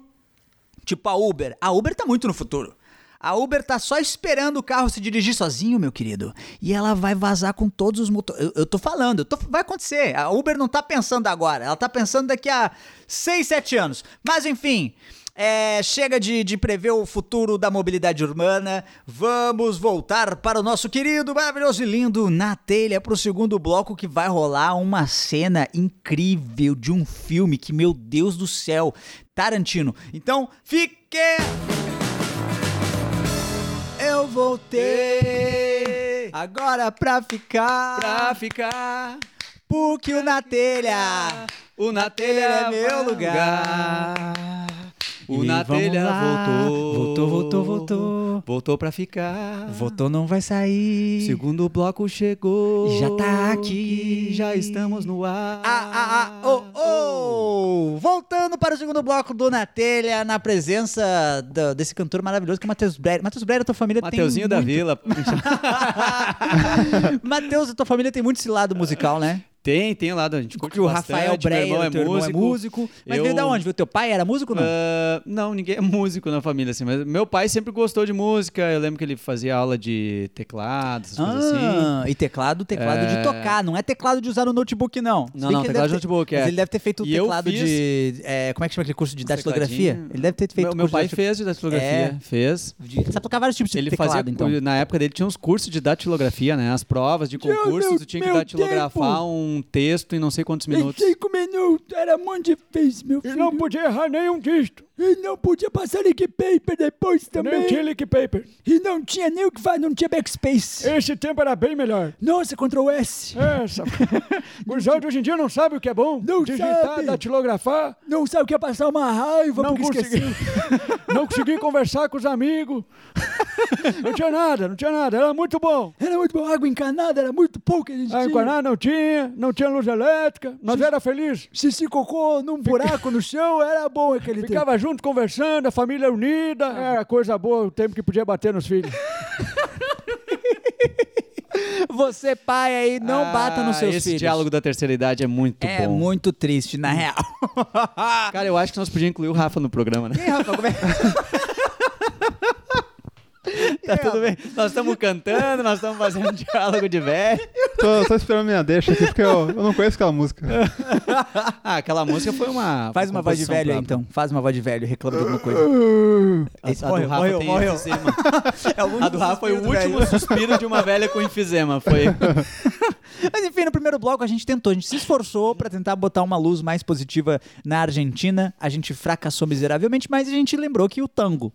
[SPEAKER 1] Tipo a Uber. A Uber tá muito no futuro. A Uber tá só esperando o carro se dirigir sozinho, meu querido. E ela vai vazar com todos os motores. Eu, eu tô falando, eu tô- vai acontecer. A Uber não tá pensando agora. Ela tá pensando daqui a 6, 7 anos. Mas enfim. é, chega de, de prever o futuro da mobilidade urbana. Vamos voltar para o nosso querido, maravilhoso e lindo na telha pro segundo bloco que vai rolar uma cena incrível de um filme que, meu Deus do céu, Tarantino. Então, fique eu voltei agora pra ficar,
[SPEAKER 3] Pra ficar,
[SPEAKER 1] porque o na telha,
[SPEAKER 3] o na telha é meu lugar. O
[SPEAKER 1] E
[SPEAKER 3] na
[SPEAKER 1] vamos
[SPEAKER 3] telha
[SPEAKER 1] lá.
[SPEAKER 3] voltou.
[SPEAKER 1] Voltou, voltou, voltou.
[SPEAKER 3] Voltou pra ficar.
[SPEAKER 1] votou não vai sair.
[SPEAKER 3] Segundo bloco chegou.
[SPEAKER 1] Já tá aqui.
[SPEAKER 3] Já estamos no ar.
[SPEAKER 1] Ah, ah, ah, oh, oh. Voltando para o segundo bloco do Na Telha, na presença do- desse cantor maravilhoso que é o Matheus Breyer. Matheus Breyer, a tua família
[SPEAKER 3] Mateuzinho da
[SPEAKER 1] tem muito...
[SPEAKER 3] Vila.
[SPEAKER 1] Matheus, a tua família tem muito esse lado musical, né?
[SPEAKER 3] Tem, tem lá, a gente curte
[SPEAKER 1] Porque o
[SPEAKER 3] bastante,
[SPEAKER 1] Rafael Breyer,
[SPEAKER 3] meu irmão é
[SPEAKER 1] teu irmão
[SPEAKER 3] músico.
[SPEAKER 1] é músico. Mas
[SPEAKER 3] eu-
[SPEAKER 1] veio da onde? Veio teu pai? Era músico ou não?
[SPEAKER 3] Ah, não, ninguém é músico na família, assim, mas meu pai sempre gostou de música. Eu lembro que ele fazia aula de teclado, essas coisas assim.
[SPEAKER 1] Ah, e teclado, teclado de
[SPEAKER 3] É.
[SPEAKER 1] tocar, não é teclado de usar no notebook, não. Se bem que ele
[SPEAKER 3] Não, não, teclado
[SPEAKER 1] deve
[SPEAKER 3] de
[SPEAKER 1] ter-
[SPEAKER 3] notebook, é.
[SPEAKER 1] Mas ele deve ter feito o
[SPEAKER 3] E eu
[SPEAKER 1] teclado
[SPEAKER 3] fiz- um
[SPEAKER 1] de. é, como é que chama aquele curso de datilografia?
[SPEAKER 3] Tecladinho.
[SPEAKER 1] Ele deve ter feito
[SPEAKER 3] Meu, meu
[SPEAKER 1] curso
[SPEAKER 3] pai
[SPEAKER 1] de datil-
[SPEAKER 3] fez de datilografia,
[SPEAKER 1] É.
[SPEAKER 3] fez.
[SPEAKER 1] de- Sabe tocar vários tipos de
[SPEAKER 3] Ele
[SPEAKER 1] teclado,
[SPEAKER 3] fazia,
[SPEAKER 1] então.
[SPEAKER 3] na época dele tinha uns cursos de datilografia, né? As provas de concurso,
[SPEAKER 1] meu-
[SPEAKER 3] tu tinha que
[SPEAKER 1] meu
[SPEAKER 3] datilografar
[SPEAKER 1] tempo!
[SPEAKER 3] um um texto em não sei quantos minutos.
[SPEAKER 6] cinco minutos era muito difícil, meu filho.
[SPEAKER 7] não podia errar nenhum texto.
[SPEAKER 6] E não podia passar link paper depois também.
[SPEAKER 7] Nem tinha leak paper.
[SPEAKER 6] E não tinha nem o que vai, não tinha backspace.
[SPEAKER 7] Esse tempo era bem melhor.
[SPEAKER 6] Nossa, Ctrl S.
[SPEAKER 7] Essa.
[SPEAKER 6] (laughs)
[SPEAKER 7] Gurizão de hoje em dia não sabe o que é bom.
[SPEAKER 6] Não
[SPEAKER 7] Digitar,
[SPEAKER 6] sabe.
[SPEAKER 7] datilografar.
[SPEAKER 6] Não sabe o que é passar uma raiva
[SPEAKER 7] Não
[SPEAKER 6] porque
[SPEAKER 7] consegui.
[SPEAKER 6] esqueceu.
[SPEAKER 7] Não consegui conversar com os amigos. (laughs) Não tinha nada, não tinha nada. Era muito bom.
[SPEAKER 6] Era muito bom. Água encanada era muito pouco que a gente
[SPEAKER 7] A
[SPEAKER 6] tinha.
[SPEAKER 7] Guaraná não tinha, não tinha luz elétrica. Nós era feliz.
[SPEAKER 6] Xixi cocô num buraco no chão, era bom aquele tempo.
[SPEAKER 7] Ficava junto conversando, a família unida. Era coisa boa o tempo que podia bater nos filhos.
[SPEAKER 1] (laughs) Você, pai, aí, não
[SPEAKER 3] Ah,
[SPEAKER 1] bata nos seus
[SPEAKER 3] esse
[SPEAKER 1] filhos.
[SPEAKER 3] diálogo da terceira idade é muito
[SPEAKER 1] é
[SPEAKER 3] bom. Hum.
[SPEAKER 1] muito triste, na
[SPEAKER 3] (laughs)
[SPEAKER 1] real.
[SPEAKER 3] Cara, eu acho que nós podíamos incluir o Rafa no programa, né?
[SPEAKER 1] Ei, Rafa, como é- Então.
[SPEAKER 3] (laughs) Tá tudo bem. Nós estamos cantando, nós estamos fazendo um diálogo de velho.
[SPEAKER 2] Tô, tô esperando minha deixa aqui porque eu, eu não conheço aquela música.
[SPEAKER 3] Ah, aquela música foi uma.
[SPEAKER 1] (laughs) Faz uma voz de
[SPEAKER 3] composição
[SPEAKER 1] velho aí,
[SPEAKER 3] própria.
[SPEAKER 1] então. Faz uma voz de velho, reclama de alguma coisa.
[SPEAKER 3] (laughs) A,
[SPEAKER 1] Esse-
[SPEAKER 3] a do
[SPEAKER 1] morreu,
[SPEAKER 3] Rafa
[SPEAKER 1] morreu,
[SPEAKER 3] tem
[SPEAKER 1] morreu.
[SPEAKER 3] enfisema.
[SPEAKER 1] (laughs) É o último
[SPEAKER 3] A do Rafa foi o
[SPEAKER 1] suspiro do velho.
[SPEAKER 3] último suspiro de uma velha com
[SPEAKER 1] (laughs)
[SPEAKER 3] enfisema. Foi.
[SPEAKER 1] Mas enfim, no primeiro bloco a gente tentou, a gente se esforçou pra tentar botar uma luz mais positiva na Argentina. A gente fracassou miseravelmente, mas a gente lembrou que o tango.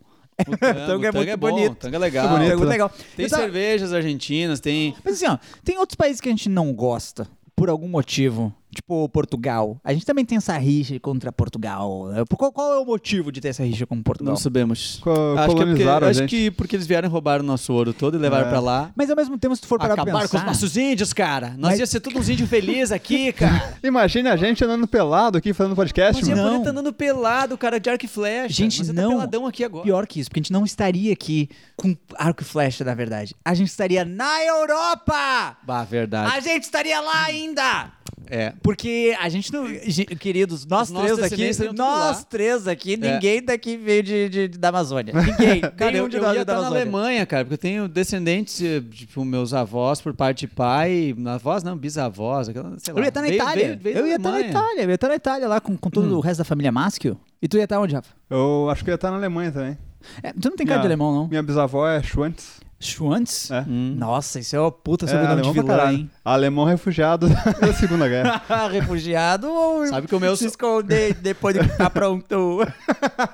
[SPEAKER 3] O tango,
[SPEAKER 1] tango é
[SPEAKER 3] o tango
[SPEAKER 1] muito
[SPEAKER 3] é bom,
[SPEAKER 1] bonito.
[SPEAKER 3] o tango é legal.
[SPEAKER 1] O tango é legal.
[SPEAKER 3] Tem
[SPEAKER 1] Eu tava-
[SPEAKER 3] cervejas argentinas, tem.
[SPEAKER 1] Mas assim, ó, tem outros países que a gente não gosta por algum motivo. Tipo Portugal. A gente também tem essa rixa contra Portugal. Eh, por- Qual, qual é o motivo de ter essa rixa com Portugal?
[SPEAKER 3] Não sabemos.
[SPEAKER 2] Co-
[SPEAKER 3] Acho que, é porque,
[SPEAKER 2] colonizaram a
[SPEAKER 3] acho
[SPEAKER 2] gente.
[SPEAKER 3] que porque eles vieram roubar o nosso ouro todo e levaram
[SPEAKER 1] É.
[SPEAKER 3] pra lá.
[SPEAKER 1] Mas ao mesmo tempo, se tu for parar pra
[SPEAKER 3] Acabaram
[SPEAKER 1] pensar...
[SPEAKER 3] com os nossos índios, cara. Nós
[SPEAKER 1] Mas-
[SPEAKER 3] ia ser todos uns índios felizes
[SPEAKER 1] (laughs)
[SPEAKER 3] aqui, cara.
[SPEAKER 2] Imagina a gente andando pelado aqui fazendo podcast,
[SPEAKER 3] Nós ia
[SPEAKER 2] mano.
[SPEAKER 3] poder tá andando pelado, cara, de arco e flecha.
[SPEAKER 1] Gente,
[SPEAKER 3] Você
[SPEAKER 1] não.
[SPEAKER 3] tá peladão aqui agora.
[SPEAKER 1] Pior que isso, porque a gente não estaria aqui com arco e flecha, na verdade. A gente estaria na Europa!
[SPEAKER 3] Bah,
[SPEAKER 1] A
[SPEAKER 3] verdade.
[SPEAKER 1] gente estaria lá ainda!
[SPEAKER 3] É.
[SPEAKER 1] Porque a gente não. Ge- Queridos, nós
[SPEAKER 3] Os nossos
[SPEAKER 1] três aqui.
[SPEAKER 3] descendentes seriam tudo
[SPEAKER 1] Nós
[SPEAKER 3] lá. É.
[SPEAKER 1] três aqui, ninguém daqui veio de, de- de- da Amazônia. Ninguém.
[SPEAKER 3] (laughs) Cara,
[SPEAKER 1] nenhum
[SPEAKER 3] eu,
[SPEAKER 1] de
[SPEAKER 3] eu
[SPEAKER 1] nós
[SPEAKER 3] ia
[SPEAKER 1] é da
[SPEAKER 3] estar na
[SPEAKER 1] Amazônia.
[SPEAKER 3] Alemanha, cara, porque eu tenho descendentes, eh, tipo, meus avós por parte de pai, avós não, bisavós, aquela, sei lá.
[SPEAKER 1] Eu ia estar na
[SPEAKER 3] Veio-
[SPEAKER 1] Itália.
[SPEAKER 3] veio- veio
[SPEAKER 1] eu
[SPEAKER 3] da
[SPEAKER 1] ia estar na
[SPEAKER 3] Alemanha. Hum.
[SPEAKER 1] Itália. Eu ia estar na Itália lá com, com todo o resto da família Maschio. E tu ia estar onde, Rafa?
[SPEAKER 2] Eu acho que eu ia estar na Alemanha também.
[SPEAKER 1] É, tu não tem cara
[SPEAKER 3] Ah.
[SPEAKER 1] de
[SPEAKER 2] Minha-
[SPEAKER 1] alemão, não?
[SPEAKER 2] Minha bisavó é Schwantz.
[SPEAKER 1] Schwantz?
[SPEAKER 2] É.
[SPEAKER 3] Hum.
[SPEAKER 1] Nossa, isso é uma puta
[SPEAKER 2] É,
[SPEAKER 1] sobrenome de
[SPEAKER 2] alemão pra
[SPEAKER 1] vilão,
[SPEAKER 2] caralho.
[SPEAKER 1] hein? Ah,
[SPEAKER 2] Alemão refugiado (laughs) da Segunda Guerra.
[SPEAKER 1] Refugiado ou
[SPEAKER 3] (laughs) Sabe que o meu
[SPEAKER 1] se
[SPEAKER 3] so-
[SPEAKER 1] esconder depois de que
[SPEAKER 3] (laughs)
[SPEAKER 1] aprontou?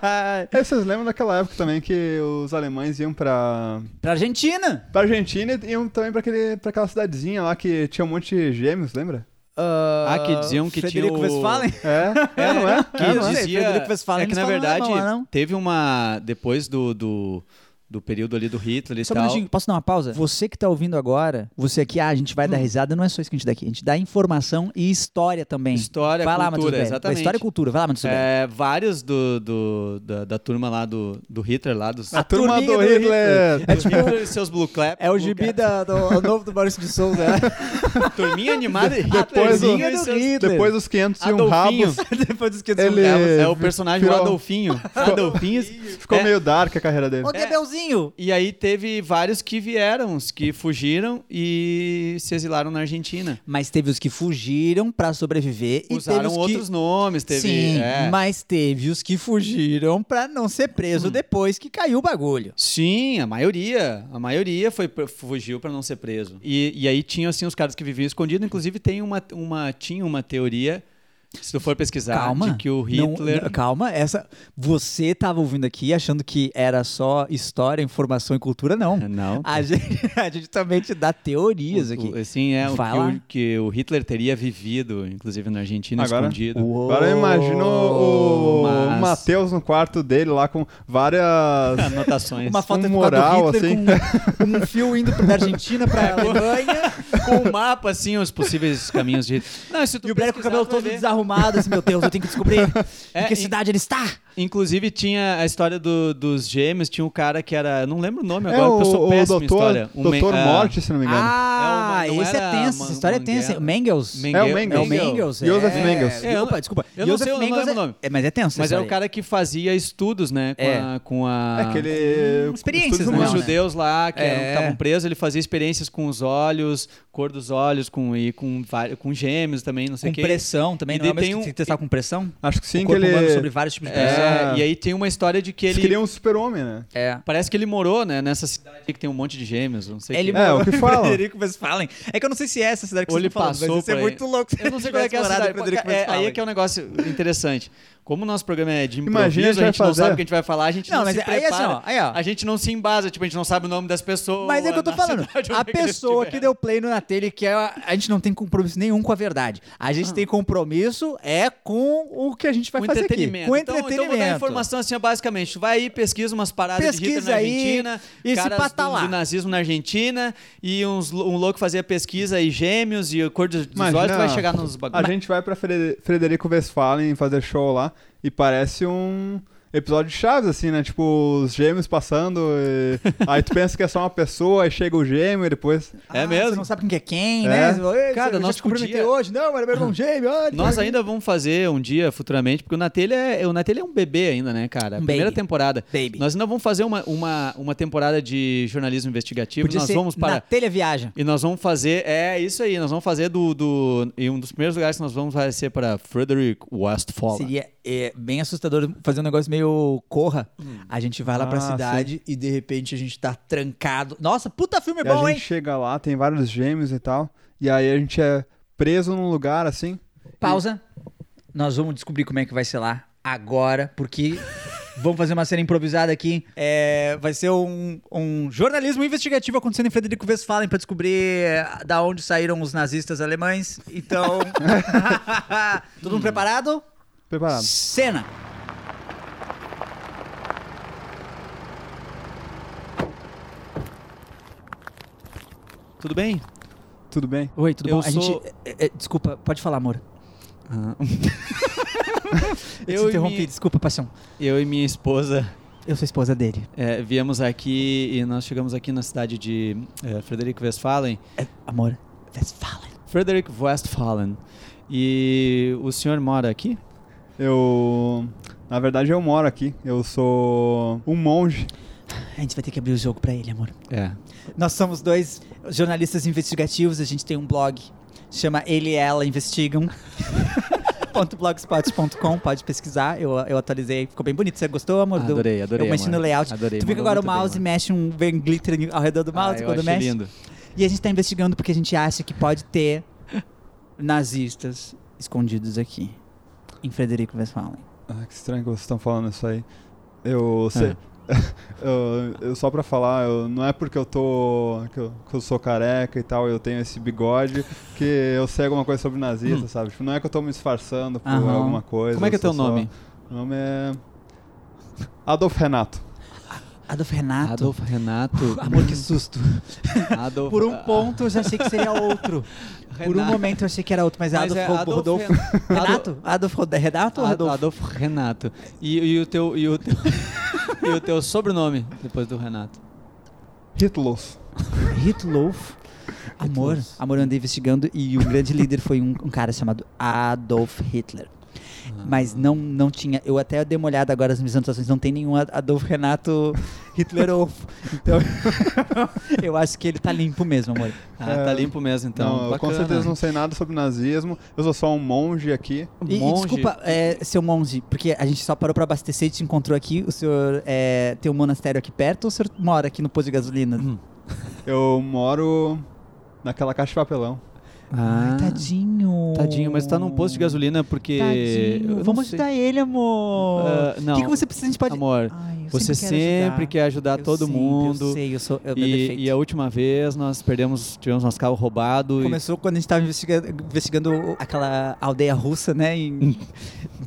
[SPEAKER 2] Aí É, vocês lembram daquela época também que os alemães iam pra,
[SPEAKER 1] pra Argentina.
[SPEAKER 2] pra Argentina e iam também pra, aquele, pra aquela cidadezinha lá que tinha um monte de gêmeos, lembra?
[SPEAKER 1] Ah,
[SPEAKER 3] que diziam que tinha
[SPEAKER 1] Frederico
[SPEAKER 3] o-
[SPEAKER 1] Westphalen?
[SPEAKER 2] É, é não é?
[SPEAKER 3] Que
[SPEAKER 1] É, não é?
[SPEAKER 3] dizia,
[SPEAKER 1] Frederico Westphalen,
[SPEAKER 3] é que
[SPEAKER 1] eles
[SPEAKER 3] na
[SPEAKER 1] falam
[SPEAKER 3] verdade
[SPEAKER 1] alemão, não?
[SPEAKER 3] teve uma depois do, do, do período ali do Hitler e
[SPEAKER 1] Só um
[SPEAKER 3] tal.
[SPEAKER 1] minutinho, posso dar uma pausa? Você que tá ouvindo agora, você aqui, ah, a gente
[SPEAKER 3] Hum.
[SPEAKER 1] vai dar risada, não é só isso que a gente dá aqui. A gente dá informação e história também.
[SPEAKER 3] História,
[SPEAKER 1] vai lá,
[SPEAKER 3] cultura,
[SPEAKER 1] Matheus Velho.
[SPEAKER 3] exatamente.
[SPEAKER 1] História e cultura, vai lá, Matheus Velho.
[SPEAKER 3] É, vários do, do- da, da turma lá do, do Hitler lá dos
[SPEAKER 2] A turma
[SPEAKER 1] turminha
[SPEAKER 2] do
[SPEAKER 1] do
[SPEAKER 2] Hitler.
[SPEAKER 3] do (laughs) Hitler e seus blue clap.
[SPEAKER 1] É o
[SPEAKER 3] blue
[SPEAKER 1] gibi
[SPEAKER 3] cap.
[SPEAKER 1] da- do, o novo do Maurício de Souza, né? (laughs)
[SPEAKER 3] turminha animada e
[SPEAKER 2] Depois do-
[SPEAKER 3] Hitlerzinho e seus...
[SPEAKER 2] Depois dos 501
[SPEAKER 3] Adolfinho.
[SPEAKER 2] rabos,
[SPEAKER 1] um (laughs) Depois um dos 500
[SPEAKER 2] ele
[SPEAKER 3] É o personagem o
[SPEAKER 2] virou-
[SPEAKER 3] Adolfinho.
[SPEAKER 2] (laughs)
[SPEAKER 3] Adolfinho.
[SPEAKER 2] ficou
[SPEAKER 3] É.
[SPEAKER 2] meio dark a carreira dele.
[SPEAKER 1] Ô, Debelzinho!
[SPEAKER 3] E aí teve vários que vieram, os que fugiram e se exilaram na Argentina.
[SPEAKER 1] Mas teve os que fugiram pra sobreviver e teve
[SPEAKER 3] Usaram
[SPEAKER 1] os que...
[SPEAKER 3] outros nomes, teve.
[SPEAKER 1] Sim,
[SPEAKER 3] é.
[SPEAKER 1] mas teve os que fugiram pra não ser
[SPEAKER 3] Hum.
[SPEAKER 1] preso depois que caiu o bagulho.
[SPEAKER 3] Sim, a maioria. A maioria foi pra- fugiu para não ser preso. E, e aí tinham assim os caras que viviam escondido. Inclusive tem uma, uma tinha uma teoria, se tu for pesquisar,
[SPEAKER 1] Calma.
[SPEAKER 3] de que o
[SPEAKER 1] Não-
[SPEAKER 3] Hitler.
[SPEAKER 1] não, calma, essa. Você tava ouvindo aqui achando que era só história, informação e cultura, não.
[SPEAKER 3] (laughs) Não.
[SPEAKER 1] A gente, (laughs) a gente também te dá teorias
[SPEAKER 3] O-
[SPEAKER 1] aqui.
[SPEAKER 3] o- Sim, é o que,
[SPEAKER 1] Vai lá.
[SPEAKER 3] o que o Hitler teria vivido, inclusive na Argentina,
[SPEAKER 2] Agora?
[SPEAKER 3] escondido.
[SPEAKER 2] Agora eu imagino o,
[SPEAKER 3] Mas- É,
[SPEAKER 2] o Matheus no quarto dele lá com várias
[SPEAKER 3] Anotações. (laughs)
[SPEAKER 1] Uma foto
[SPEAKER 2] um
[SPEAKER 1] do
[SPEAKER 2] moral,
[SPEAKER 3] assim.
[SPEAKER 1] Hitler com um fio indo pra- da Argentina
[SPEAKER 3] (laughs)
[SPEAKER 1] pra
[SPEAKER 3] É,
[SPEAKER 1] Alemanha
[SPEAKER 3] com o mapa, assim, os possíveis caminhos de Hitler. Não, se tu
[SPEAKER 1] e o Blair com o
[SPEAKER 3] pesquisar,
[SPEAKER 1] cabelo
[SPEAKER 3] tu vai
[SPEAKER 1] todo
[SPEAKER 3] ver.
[SPEAKER 1] desarrumado, assim, meu Deus, eu tenho que descobrir
[SPEAKER 3] (laughs) É,
[SPEAKER 1] em que
[SPEAKER 3] e-
[SPEAKER 1] cidade ele está.
[SPEAKER 3] Inclusive, tinha a história do- dos gêmeos, tinha um cara que era. eu Não lembro o nome
[SPEAKER 2] É
[SPEAKER 3] agora, porque eu sou
[SPEAKER 2] o, o
[SPEAKER 3] péssimo em
[SPEAKER 2] doutor,
[SPEAKER 3] história. Um
[SPEAKER 2] doutor
[SPEAKER 3] me- ah,
[SPEAKER 2] Morte, se não me engano.
[SPEAKER 1] Ah,
[SPEAKER 3] É uma- não
[SPEAKER 1] esse é
[SPEAKER 3] era
[SPEAKER 1] tenso, essa
[SPEAKER 3] Man-
[SPEAKER 1] história é tensa.
[SPEAKER 3] Mangela.
[SPEAKER 1] Mengels.
[SPEAKER 3] Mengel-
[SPEAKER 2] É o Mengel.
[SPEAKER 1] É o Mengels. é.
[SPEAKER 2] Joseph Mengels.
[SPEAKER 1] É, opa, desculpa.
[SPEAKER 3] Eu não
[SPEAKER 1] Joseph
[SPEAKER 3] sei o- não
[SPEAKER 1] Mengels
[SPEAKER 3] lembro
[SPEAKER 1] é-
[SPEAKER 3] o nome.
[SPEAKER 1] É, mas é tenso.
[SPEAKER 3] Mas
[SPEAKER 1] essa
[SPEAKER 3] era o
[SPEAKER 1] história.
[SPEAKER 3] cara que fazia estudos, né? Com,
[SPEAKER 1] É.
[SPEAKER 3] a, com a.
[SPEAKER 2] É aquele.
[SPEAKER 1] Experiências,
[SPEAKER 2] estudos
[SPEAKER 3] Com os
[SPEAKER 1] né?
[SPEAKER 2] humanos.
[SPEAKER 3] judeus lá, que
[SPEAKER 1] É.
[SPEAKER 3] estavam presos, ele fazia experiências com os olhos, cor dos olhos, com, e com, vari- com gêmeos também, não sei o
[SPEAKER 1] Com
[SPEAKER 3] quê.
[SPEAKER 1] pressão também,
[SPEAKER 3] E
[SPEAKER 1] não é o
[SPEAKER 3] daí
[SPEAKER 1] mesmo
[SPEAKER 3] tem
[SPEAKER 1] que
[SPEAKER 3] um-
[SPEAKER 1] testar com pressão?
[SPEAKER 2] Acho que sim,
[SPEAKER 1] o
[SPEAKER 2] que
[SPEAKER 1] corpo
[SPEAKER 2] ele.
[SPEAKER 3] É.
[SPEAKER 1] humano sobre vários tipos de pressão.
[SPEAKER 3] e aí tem uma história de que
[SPEAKER 2] Eles
[SPEAKER 3] ele.
[SPEAKER 2] queriam um super-homem, né?
[SPEAKER 1] É.
[SPEAKER 3] Parece que ele morou, né, nessa cidade que tem um monte de gêmeos, não sei
[SPEAKER 1] Ele
[SPEAKER 3] que.
[SPEAKER 2] É,
[SPEAKER 1] morou (laughs)
[SPEAKER 2] o que
[SPEAKER 1] em
[SPEAKER 2] falam.
[SPEAKER 1] Frederico Westphalen. É que eu não sei se é essa cidade que
[SPEAKER 3] Ou
[SPEAKER 1] você
[SPEAKER 3] ele
[SPEAKER 1] tá falando,
[SPEAKER 3] passou
[SPEAKER 1] mas isso é
[SPEAKER 3] por aí.
[SPEAKER 1] muito louco. se
[SPEAKER 3] Eu não sei
[SPEAKER 1] tiver
[SPEAKER 3] qual é, que é a
[SPEAKER 1] explorado
[SPEAKER 3] cidade.
[SPEAKER 1] Frederico
[SPEAKER 3] É, aí
[SPEAKER 1] Westphalen.
[SPEAKER 3] é que é um negócio interessante. Como o nosso programa é de improviso,
[SPEAKER 2] Imagina, a
[SPEAKER 3] a
[SPEAKER 2] gente vai
[SPEAKER 3] gente não
[SPEAKER 2] fazer-
[SPEAKER 3] sabe o que a gente vai falar, a gente não,
[SPEAKER 1] Não, mas
[SPEAKER 3] se
[SPEAKER 1] é- aí é
[SPEAKER 3] prepara.
[SPEAKER 1] assim, ó, aí, ó.
[SPEAKER 3] A gente não se embasa, tipo, a gente não sabe o nome das pessoas.
[SPEAKER 1] Mas é o que eu tô
[SPEAKER 3] na
[SPEAKER 1] falando.
[SPEAKER 3] cidade onde
[SPEAKER 1] A
[SPEAKER 3] é que eles
[SPEAKER 1] pessoa que
[SPEAKER 3] estiveram.
[SPEAKER 1] deu play no na telha que é a, a gente não tem compromisso nenhum com a verdade. A gente tem compromisso é com o que a gente vai
[SPEAKER 3] com
[SPEAKER 1] fazer aqui.
[SPEAKER 3] entretenimento.
[SPEAKER 1] Ah. Com
[SPEAKER 3] Então-
[SPEAKER 1] entretenimento.
[SPEAKER 3] Então, eu vou dar a informação assim, ó, basicamente. Tu vai aí, pesquisa umas paradas de Hitler
[SPEAKER 1] Pesquisa
[SPEAKER 3] na
[SPEAKER 1] aí
[SPEAKER 3] Argentina,
[SPEAKER 1] e se
[SPEAKER 3] caras
[SPEAKER 1] pá, tá
[SPEAKER 3] do,
[SPEAKER 1] lá.
[SPEAKER 3] do nazismo na Argentina, e uns, lo- um louco fazia pesquisa e gêmeos e a cor dos, dos
[SPEAKER 2] Imagina-
[SPEAKER 3] olhos, tu vai chegar nos
[SPEAKER 2] A
[SPEAKER 3] bagulhos.
[SPEAKER 2] gente vai pra Frede- Frederico Westphalen fazer show lá e parece um episódio de Chaves, assim, né? Tipo, os gêmeos passando e... aí tu pensa que é só uma pessoa, aí chega o gêmeo e depois...
[SPEAKER 3] É
[SPEAKER 1] Ah,
[SPEAKER 3] mesmo?
[SPEAKER 1] Você não sabe quem que é quem,
[SPEAKER 2] É.
[SPEAKER 1] né? Ei,
[SPEAKER 3] Cara,
[SPEAKER 1] você- eu já
[SPEAKER 3] nós
[SPEAKER 1] te comprometi
[SPEAKER 3] podia-
[SPEAKER 1] hoje. né? Não, era meu irmão um gêmeo. olha.
[SPEAKER 3] Nós ainda vamos fazer um dia futuramente, porque o Natelha é, o Natelha é um bebê ainda, né, cara? A
[SPEAKER 1] Um
[SPEAKER 3] primeira
[SPEAKER 1] baby.
[SPEAKER 3] temporada.
[SPEAKER 1] Baby.
[SPEAKER 3] Nós ainda vamos fazer uma, uma, uma temporada de jornalismo investigativo.
[SPEAKER 1] Podia
[SPEAKER 3] nós
[SPEAKER 1] ser
[SPEAKER 3] vamos
[SPEAKER 1] na
[SPEAKER 3] para.
[SPEAKER 1] telha viagem.
[SPEAKER 3] E nós vamos fazer, é isso aí, nós vamos fazer do, do. E um dos primeiros lugares que nós vamos vai ser para Frederick Westphal.
[SPEAKER 1] Seria é, bem assustador fazer um negócio meio corra. A gente vai lá pra
[SPEAKER 2] Ah,
[SPEAKER 1] cidade e de repente a gente tá trancado. Nossa, puta filme
[SPEAKER 2] e a
[SPEAKER 1] bom,
[SPEAKER 2] gente
[SPEAKER 1] hein?
[SPEAKER 2] chega lá, tem vários gêmeos e tal, e aí a gente é preso num lugar, assim...
[SPEAKER 1] Pausa. Nós vamos descobrir como é que vai ser lá agora, (laughs) porque vamos fazer uma cena improvisada aqui. É, vai ser um, um jornalismo investigativo acontecendo em Frederico Westphalen pra descobrir eh, da onde saíram os nazistas alemães. (laughs) Então, todo mundo preparado?
[SPEAKER 2] Preparado.
[SPEAKER 1] Cena.
[SPEAKER 3] Ah.
[SPEAKER 1] (laughs)
[SPEAKER 3] Tudo bem?
[SPEAKER 2] Tudo bem?
[SPEAKER 1] Oi, tudo
[SPEAKER 3] Eu
[SPEAKER 1] bom? A
[SPEAKER 3] sou-
[SPEAKER 1] gente, é, é, desculpa, pode falar, amor. Eu,
[SPEAKER 3] Eu
[SPEAKER 1] te
[SPEAKER 3] e
[SPEAKER 1] interrompi,
[SPEAKER 3] minha-
[SPEAKER 1] desculpa, paixão.
[SPEAKER 3] Eu e minha esposa
[SPEAKER 1] Eu sou esposa dele.
[SPEAKER 3] é, viemos aqui e nós chegamos aqui na cidade de é, Frederico Westphalen.
[SPEAKER 1] É, amor, Westphalen.
[SPEAKER 3] Frederick Westphalen. E o senhor mora aqui?
[SPEAKER 2] Eu... Na verdade, eu moro aqui. Eu sou um monge.
[SPEAKER 1] A gente vai ter que abrir o jogo pra ele, amor.
[SPEAKER 3] É.
[SPEAKER 1] Nós somos dois jornalistas investigativos, a gente tem um blog. Chama Ele e Ela Investigam. (laughs) .blogspot.com, pode pesquisar. Eu, eu atualizei, ficou bem bonito. Você gostou, amor? do-
[SPEAKER 3] Adorei, adorei,
[SPEAKER 1] Eu mexi no
[SPEAKER 3] amor.
[SPEAKER 1] layout.
[SPEAKER 3] Adorei,
[SPEAKER 1] tu fica
[SPEAKER 3] mandou
[SPEAKER 1] agora o
[SPEAKER 3] muito bem,
[SPEAKER 1] mouse e
[SPEAKER 3] amor.
[SPEAKER 1] mexe um vem glitter ao redor do mouse
[SPEAKER 3] Ah, eu
[SPEAKER 1] quando
[SPEAKER 3] achei
[SPEAKER 1] mexe.
[SPEAKER 3] lindo.
[SPEAKER 1] E a gente tá investigando porque a gente acha que pode ter nazistas escondidos aqui. Em Frederico Westphalen.
[SPEAKER 2] Ah, que estranho que vocês estão falando isso aí. Eu
[SPEAKER 3] É.
[SPEAKER 2] sei. (laughs) eu, eu- só pra falar, eu, não é porque eu tô. Que eu, que eu sou careca e tal, eu tenho esse bigode, que eu sei alguma coisa sobre nazista, sabe? Tipo, não é que eu tô me disfarçando por
[SPEAKER 1] Aham.
[SPEAKER 2] alguma coisa.
[SPEAKER 3] Hum. Como é que é
[SPEAKER 2] eu sou
[SPEAKER 3] teu nome?
[SPEAKER 2] Só, meu nome é. Adolf Renato.
[SPEAKER 1] Adolf Renato.
[SPEAKER 3] Adolf Renato.
[SPEAKER 1] Amor, que susto.
[SPEAKER 3] Adolf-
[SPEAKER 1] Por um ponto eu já achei que seria outro. Por um
[SPEAKER 3] Renato.
[SPEAKER 1] momento eu achei que era outro, mas,
[SPEAKER 3] Mas
[SPEAKER 1] Adolf,
[SPEAKER 3] é
[SPEAKER 1] Rodolfo.
[SPEAKER 3] Adolf (laughs) Ren-
[SPEAKER 1] Renato? Adolf Rodolfo. Renato ou
[SPEAKER 3] Adolf,
[SPEAKER 1] Rodolfo?
[SPEAKER 3] Adolf Renato. E, e o teu. E o teu... (laughs) E o teu sobrenome depois do Renato.
[SPEAKER 2] Hitlos.
[SPEAKER 1] Hitloff. Amor, amor, eu andei investigando e o grande líder foi um, um cara chamado Adolf Hitler. Mas não, não tinha. Eu até dei uma olhada agora nas minhas anotações, não tem nenhum Ad- Adolf Renato Hitlerolf. Então, (laughs) eu acho que ele tá limpo mesmo, amor.
[SPEAKER 3] Ah,
[SPEAKER 1] É.
[SPEAKER 3] tá limpo mesmo então.
[SPEAKER 2] não, eu com
[SPEAKER 3] Bacana.
[SPEAKER 2] certeza não sei nada sobre nazismo. Eu sou só um monge aqui.
[SPEAKER 1] E, e
[SPEAKER 3] Um Monge.
[SPEAKER 1] desculpa, é, seu monge, porque a gente só parou pra abastecer e te encontrou aqui. O senhor é, tem um monastério aqui perto ou o senhor mora aqui no posto de gasolina?
[SPEAKER 3] Hum.
[SPEAKER 2] Eu moro naquela caixa de papelão.
[SPEAKER 3] Ah,
[SPEAKER 1] Tadinho.
[SPEAKER 3] Tadinho, mas tá num posto de gasolina porque. eu
[SPEAKER 1] Tadinho.
[SPEAKER 3] não
[SPEAKER 1] Vamos
[SPEAKER 3] sei.
[SPEAKER 1] ajudar ele, amor.
[SPEAKER 3] Ah,
[SPEAKER 1] O
[SPEAKER 3] não.
[SPEAKER 1] que, que você precisa? A gente pode.
[SPEAKER 3] Amor,
[SPEAKER 1] Ai, eu
[SPEAKER 3] você
[SPEAKER 1] sempre quero
[SPEAKER 3] sempre
[SPEAKER 1] ajudar.
[SPEAKER 3] quer ajudar
[SPEAKER 1] Eu
[SPEAKER 3] todo
[SPEAKER 1] sempre,
[SPEAKER 3] mundo.
[SPEAKER 1] Eu sei, eu sou. Eu meu defeito.
[SPEAKER 3] E, e a última vez nós perdemos, tivemos nosso carro roubado. e-
[SPEAKER 1] Começou quando a gente tava investiga- investigando, aquela aldeia russa, né? Em em
[SPEAKER 3] Hum.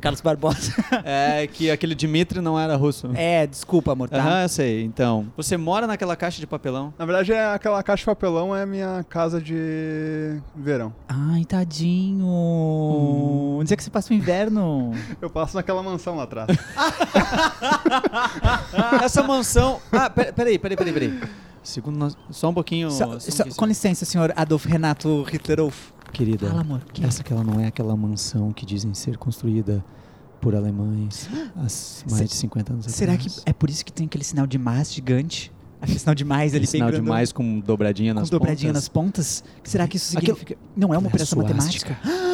[SPEAKER 1] (laughs) Carlos
[SPEAKER 3] (laughs)
[SPEAKER 1] Barbosa.
[SPEAKER 3] (laughs) é que aquele Dimitri não era russo.
[SPEAKER 1] é, desculpa, amor, tá?
[SPEAKER 3] Aham, eu sei. Então, você mora naquela caixa de papelão?
[SPEAKER 2] Na verdade, é aquela caixa de papelão é a minha casa de verão.
[SPEAKER 1] Ai, tadinho.
[SPEAKER 3] Hum.
[SPEAKER 1] Onde é que você passa o
[SPEAKER 3] (laughs)
[SPEAKER 1] inverno?
[SPEAKER 2] Eu passo naquela mansão lá
[SPEAKER 1] (laughs)
[SPEAKER 2] atrás.
[SPEAKER 3] Essa mansão. Ah, pe- peraí, peraí, peraí, peraí. Segundo nós- Só um pouquinho.
[SPEAKER 1] Só-
[SPEAKER 3] só um
[SPEAKER 1] só-
[SPEAKER 3] pouquinho.
[SPEAKER 1] com licença, senhor Adolf Renato Hitlerolf.
[SPEAKER 3] Querida,
[SPEAKER 1] Fala, amor. que-
[SPEAKER 3] essa que ela não é aquela mansão que dizem ser construída por alemães há s- mais
[SPEAKER 1] Se-
[SPEAKER 3] de 50 anos
[SPEAKER 1] Será que
[SPEAKER 3] atrás.
[SPEAKER 1] é por isso que tem aquele sinal de mais gigante? Aquele sinal de mais ali
[SPEAKER 3] Aquele sinal
[SPEAKER 1] bem grandão,
[SPEAKER 3] demais com dobradinha
[SPEAKER 1] com
[SPEAKER 3] nas
[SPEAKER 1] dobradinha
[SPEAKER 3] pontas?
[SPEAKER 1] nas pontas? Será que isso
[SPEAKER 3] Aquilo-
[SPEAKER 1] significa... Não é uma
[SPEAKER 3] aquilo é
[SPEAKER 1] operação
[SPEAKER 3] suástica.
[SPEAKER 1] matemática?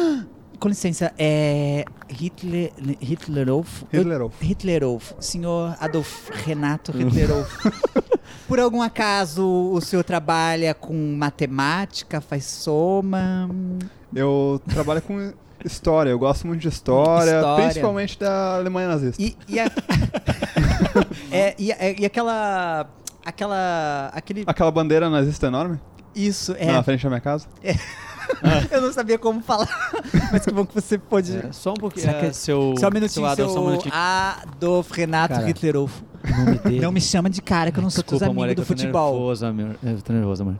[SPEAKER 1] Com licença, é. Hitler. Hitlerhoff?
[SPEAKER 2] Hitlerhoff.
[SPEAKER 1] Eu- Hitlerhoff. Senhor Adolf
[SPEAKER 3] (laughs)
[SPEAKER 1] Renato Hitlerhoff. Por algum acaso o senhor trabalha com matemática, faz soma?
[SPEAKER 2] Eu trabalho com história, eu gosto muito de história,
[SPEAKER 1] História.
[SPEAKER 2] principalmente da Alemanha nazista.
[SPEAKER 1] E, e, a- (laughs) É, e a- e aquela. Aquela. Aquele.
[SPEAKER 2] Aquela bandeira nazista enorme
[SPEAKER 1] Isso, é.
[SPEAKER 2] na frente da minha casa.
[SPEAKER 1] (laughs) Eu não sabia como falar. (laughs) Mas que bom que você pôde.
[SPEAKER 3] É, só um pouquinho.
[SPEAKER 1] Será que-
[SPEAKER 3] é, seu,
[SPEAKER 1] Só um minutinho, seu
[SPEAKER 3] seu Adolf, só um minutinho.
[SPEAKER 1] Adolf Renato
[SPEAKER 3] Cara,
[SPEAKER 1] Hitlerhoff.
[SPEAKER 3] O nome dele-
[SPEAKER 1] Não me chama de cara que eu não sou
[SPEAKER 3] Desculpa,
[SPEAKER 1] teus
[SPEAKER 3] amor, é
[SPEAKER 1] amigos do
[SPEAKER 3] que eu tô
[SPEAKER 1] futebol.
[SPEAKER 3] nervoso, amor. É, Eu tô nervoso, amor.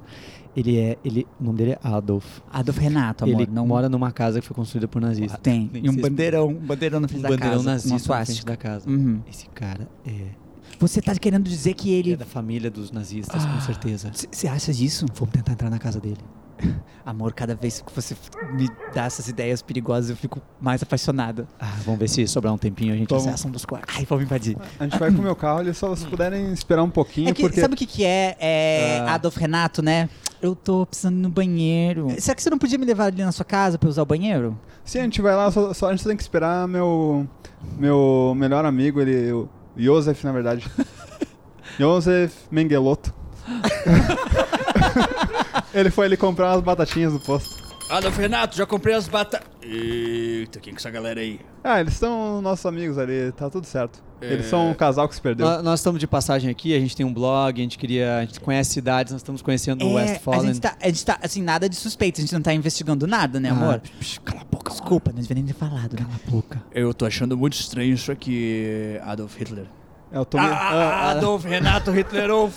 [SPEAKER 3] Ele é. Ele, o nome dele é Adolf.
[SPEAKER 1] Adolf Renato, amor.
[SPEAKER 3] ele
[SPEAKER 1] não
[SPEAKER 3] mora numa casa que foi construída por nazistas.
[SPEAKER 1] Tem.
[SPEAKER 3] Nem
[SPEAKER 1] E um
[SPEAKER 3] sei
[SPEAKER 1] bandeirão, um bandeirão na frente
[SPEAKER 3] Um
[SPEAKER 1] da
[SPEAKER 3] bandeirão
[SPEAKER 1] casa. uma
[SPEAKER 3] nazista na frente
[SPEAKER 1] suástica.
[SPEAKER 3] da casa.
[SPEAKER 1] Uhum.
[SPEAKER 3] Esse cara é,
[SPEAKER 1] Você tá querendo dizer que
[SPEAKER 3] ele é
[SPEAKER 1] ele.
[SPEAKER 3] da família dos nazistas,
[SPEAKER 1] Ah.
[SPEAKER 3] com certeza.
[SPEAKER 1] Você acha disso?
[SPEAKER 3] Vamos tentar entrar na casa dele.
[SPEAKER 1] (laughs) Amor, cada vez que você f- me dá essas ideias perigosas, eu fico mais apaixonada.
[SPEAKER 3] Ah, vamos ver se sobrar um tempinho a gente
[SPEAKER 1] Vamos.
[SPEAKER 3] acessa um dos quartos. Ai, vamos invadir.
[SPEAKER 2] A gente vai com o meu carro, eles só se puderem esperar um pouquinho,
[SPEAKER 1] É que,
[SPEAKER 2] porque
[SPEAKER 1] Sabe o que, que é, é Adolf Renato, né? Eu tô precisando ir no banheiro. Será que você não podia me levar ali na sua casa pra eu usar o banheiro?
[SPEAKER 2] se a gente vai lá, só, só a gente tem que esperar meu meu melhor amigo, ele o Josef, na verdade. Josef Mengelotto. ele foi ali comprar umas batatinhas do posto.
[SPEAKER 4] Adolf Renato, já comprei as bata... Eita, quem que é essa galera aí?
[SPEAKER 2] Ah, eles são nossos amigos ali, tá tudo certo. Eles
[SPEAKER 4] É.
[SPEAKER 2] são um casal que se perdeu.
[SPEAKER 3] Nó- Nós estamos de passagem aqui, a gente tem um blog, a gente queria. A gente conhece cidades, nós estamos conhecendo o
[SPEAKER 1] é, a
[SPEAKER 3] Westfalen.
[SPEAKER 1] gente, tá, a gente tá, assim, nada de suspeito. A gente não tá investigando nada, né,
[SPEAKER 3] Ah,
[SPEAKER 1] amor?
[SPEAKER 3] psh, cala a boca, amor.
[SPEAKER 1] Desculpa, não devia nem ter falado, né?
[SPEAKER 3] Cala a boca.
[SPEAKER 4] Eu tô achando muito estranho isso aqui, Adolf Hitler.
[SPEAKER 2] Eu tô meio-
[SPEAKER 4] Ah, Adolf Renato Hitlerhoff.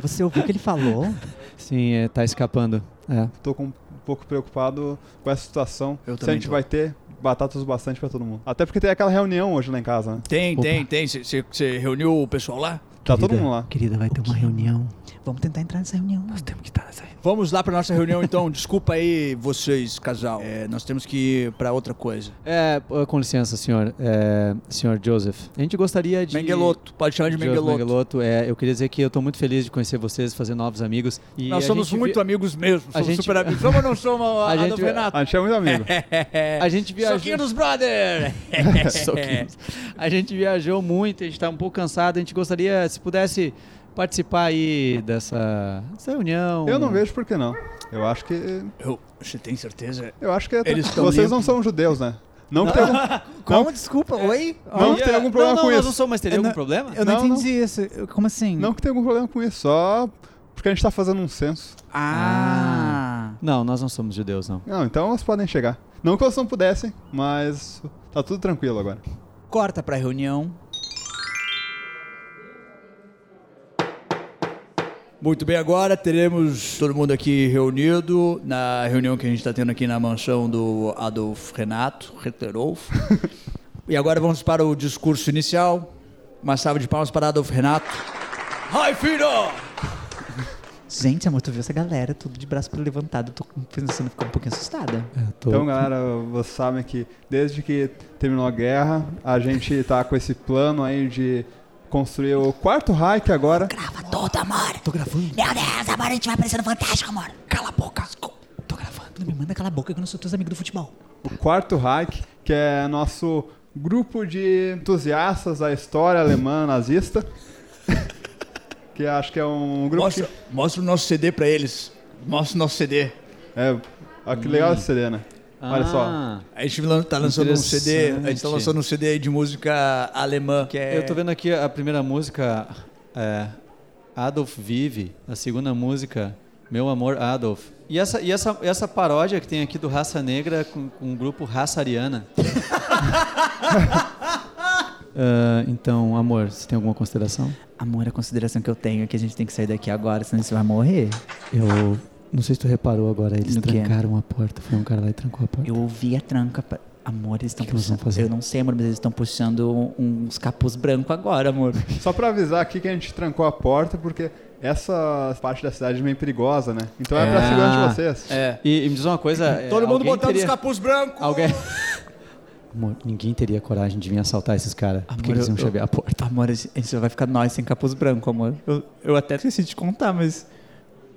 [SPEAKER 1] Você ouviu o que ele falou?
[SPEAKER 3] Sim, é, tá escapando. É.
[SPEAKER 2] Tô com um pouco preocupado com essa situação.
[SPEAKER 4] Eu
[SPEAKER 2] se a
[SPEAKER 4] também
[SPEAKER 2] gente
[SPEAKER 4] tô.
[SPEAKER 2] vai ter batatas bastante pra todo mundo. Até porque tem aquela reunião hoje lá em casa, né?
[SPEAKER 4] Tem,
[SPEAKER 3] Opa.
[SPEAKER 4] tem, tem. Você reuniu o pessoal lá?
[SPEAKER 2] Tá todo mundo lá.
[SPEAKER 3] Querida, vai ter uma reunião.
[SPEAKER 1] Vamos tentar entrar nessa reunião.
[SPEAKER 4] Vamos lá pra nossa reunião (laughs) então. Desculpa aí vocês, casal. É, nós temos que ir pra outra coisa.
[SPEAKER 3] É, pô, com licença, senhor. É, senhor Joseph. A gente gostaria de.
[SPEAKER 4] Mengeloto, pode chamar de
[SPEAKER 3] Joseph
[SPEAKER 4] Mengeloto.
[SPEAKER 3] Mengeloto, é, eu queria dizer que eu tô muito feliz de conhecer vocês, fazer novos amigos. E
[SPEAKER 4] Nós
[SPEAKER 3] a
[SPEAKER 4] somos
[SPEAKER 3] gente
[SPEAKER 4] muito
[SPEAKER 3] vi-
[SPEAKER 4] amigos mesmo, somos
[SPEAKER 3] gente- (laughs)
[SPEAKER 4] super amigos. Somos ou não somos,
[SPEAKER 3] A
[SPEAKER 4] Adolf
[SPEAKER 3] gente-
[SPEAKER 4] Renato?
[SPEAKER 2] A gente é muito amigo.
[SPEAKER 3] (laughs) A gente viajou.
[SPEAKER 4] Soquinho
[SPEAKER 3] (laughs)
[SPEAKER 4] dos brother!
[SPEAKER 3] Soquinhos. (laughs) A gente viajou muito, a gente tá um pouco cansado. A gente gostaria, se pudesse, participar aí dessa, dessa reunião.
[SPEAKER 2] Eu não vejo por que não. Eu acho que.
[SPEAKER 4] Eu- você tem certeza?
[SPEAKER 2] Eu acho que é
[SPEAKER 4] Eles tão
[SPEAKER 2] Vocês
[SPEAKER 4] limpos.
[SPEAKER 2] não são judeus, né? Não, que tem algum-
[SPEAKER 1] Como? Desculpa, oi?
[SPEAKER 2] não que tem algum problema
[SPEAKER 3] É. não,
[SPEAKER 2] com isso.
[SPEAKER 3] não, nós
[SPEAKER 2] É, né?
[SPEAKER 3] não somos, mas teria
[SPEAKER 1] Eu
[SPEAKER 3] algum
[SPEAKER 1] não-
[SPEAKER 3] problema?
[SPEAKER 1] Eu não,
[SPEAKER 2] Não,
[SPEAKER 1] entendi isso. Eu- Como assim?
[SPEAKER 2] não que tem algum problema com isso, só porque a gente tá fazendo um censo.
[SPEAKER 1] Ah.
[SPEAKER 3] Não, nós não somos judeus, não.
[SPEAKER 2] Não, então elas podem chegar. Não que elas não pudessem, mas tá tudo tranquilo agora.
[SPEAKER 1] Corta pra reunião.
[SPEAKER 4] Muito bem, agora teremos todo mundo aqui reunido na reunião que a gente está tendo aqui na mansão do Adolf Renato, Hitlerolf. e agora vamos para o discurso inicial. Uma salva de palmas para Adolf Renato. Ai, filho!
[SPEAKER 1] Gente, amor, tu viu essa galera tudo de braço levantado. Eu tô pensando, ficar um pouquinho assustada.
[SPEAKER 2] Então, galera, vocês sabem que desde que terminou a guerra, a gente tá com esse plano aí de construir o quarto Reich agora.
[SPEAKER 8] Grava tudo, amor. Tô gravando. Meu Deus, amor, a gente vai parecendo fantástico, amor. Cala a boca. Tô gravando. Não me manda calar a boca que eu não sou teus amigos do futebol.
[SPEAKER 2] O quarto Reich, que é nosso grupo de entusiastas da história alemã nazista. (laughs) que acho que é um grupo
[SPEAKER 4] Mostra,
[SPEAKER 2] que...
[SPEAKER 4] mostra o nosso CD para eles. Mostra o nosso CD.
[SPEAKER 2] É, olha que legal esse CD, né?
[SPEAKER 3] Ah.
[SPEAKER 2] Olha só.
[SPEAKER 4] A gente lan- tá lançando um CD, a gente tá
[SPEAKER 3] Interessante.
[SPEAKER 4] lançando um CD de música alemã, que é...
[SPEAKER 3] Eu tô vendo aqui a primeira música, é, Adolf Vive. A segunda música, Meu Amor Adolf. E essa, e essa, essa paródia que tem aqui do Raça Negra com, com o grupo Raça Ariana. Ah, então, amor, você tem alguma consideração?
[SPEAKER 1] Amor, a consideração que eu tenho é que a gente tem que sair daqui agora, senão você vai morrer.
[SPEAKER 3] Eu não sei se tu reparou agora, eles
[SPEAKER 1] No quê?
[SPEAKER 3] a porta. Foi um cara lá e trancou a porta.
[SPEAKER 1] Eu ouvi a tranca. pa- Amor, eles estão
[SPEAKER 3] que eles vão
[SPEAKER 1] puxando.
[SPEAKER 3] fazer?
[SPEAKER 1] Eu não sei, amor, mas eles estão puxando um, uns capuz branco agora,
[SPEAKER 3] (laughs)
[SPEAKER 1] amor.
[SPEAKER 2] Só pra avisar aqui que a gente trancou a porta porque essa parte da cidade é meio perigosa, né? Então é, pra
[SPEAKER 3] É.
[SPEAKER 2] segurança de vocês.
[SPEAKER 4] É.
[SPEAKER 3] E, e me diz uma coisa. é,
[SPEAKER 4] Todo mundo
[SPEAKER 3] alguém
[SPEAKER 4] botando
[SPEAKER 3] teria-
[SPEAKER 4] os capuz brancos.
[SPEAKER 3] Alguém. Amor, ninguém teria coragem de vir assaltar esses caras. Porque
[SPEAKER 1] Amor,
[SPEAKER 3] eles iam
[SPEAKER 1] eu-
[SPEAKER 3] chavear a porta.
[SPEAKER 1] Amor, a gente a gente só vai ficar nós sem capuz branco, amor. Eu, eu até esqueci de contar, mas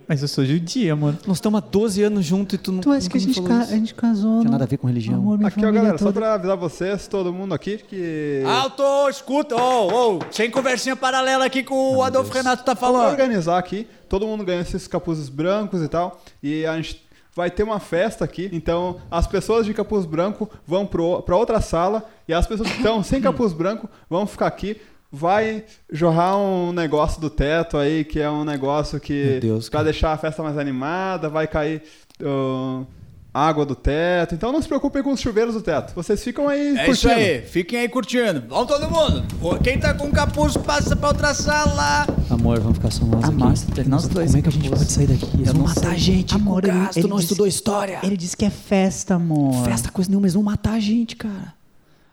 [SPEAKER 1] Mas eu sou judia, mano.
[SPEAKER 3] Nós estamos há 12 anos juntos e tu não.
[SPEAKER 1] Tu acha que a gente, ca- a gente casou?
[SPEAKER 3] tá Tinha
[SPEAKER 1] não?
[SPEAKER 3] nada a ver com religião.
[SPEAKER 1] Amor, minha
[SPEAKER 2] Aqui, ó,
[SPEAKER 1] família
[SPEAKER 2] galera, só
[SPEAKER 1] toda-
[SPEAKER 2] pra avisar vocês, todo mundo aqui, que.
[SPEAKER 4] Alto, escuta, ô, ô, sem conversinha paralela aqui com o Adolfo Renato tá
[SPEAKER 2] Pra
[SPEAKER 4] falando.
[SPEAKER 2] organizar aqui, todo mundo ganha esses capuzes brancos e tal. E a gente vai ter uma festa aqui. Então, as pessoas de capuz branco vão pro, pra outra sala. E as pessoas que estão sem capuz branco vão ficar aqui. Vai jorrar um negócio do teto aí, que é um negócio que.
[SPEAKER 3] Meu Deus,
[SPEAKER 2] pra deixar a festa mais animada, vai cair. ahn, Água do teto, então não se preocupem com os chuveiros do teto. Vocês ficam aí
[SPEAKER 4] É
[SPEAKER 2] curtindo.
[SPEAKER 4] isso aí, fiquem aí curtindo. Vamos todo mundo. Ô, Quem tá com capuz passa pra outra sala.
[SPEAKER 3] Amor, vamos ficar só nós
[SPEAKER 8] A
[SPEAKER 3] aqui.
[SPEAKER 8] Márcia terminou os dois. Como é que a gente pode sair daqui? Eles vão matar a gente. Amor,
[SPEAKER 1] ele-
[SPEAKER 8] Gás, tu
[SPEAKER 1] ele
[SPEAKER 8] não
[SPEAKER 1] disse-
[SPEAKER 8] estudou história.
[SPEAKER 1] Ele disse que é festa, amor.
[SPEAKER 8] Festa coisa nenhuma, eles vão matar a gente, cara.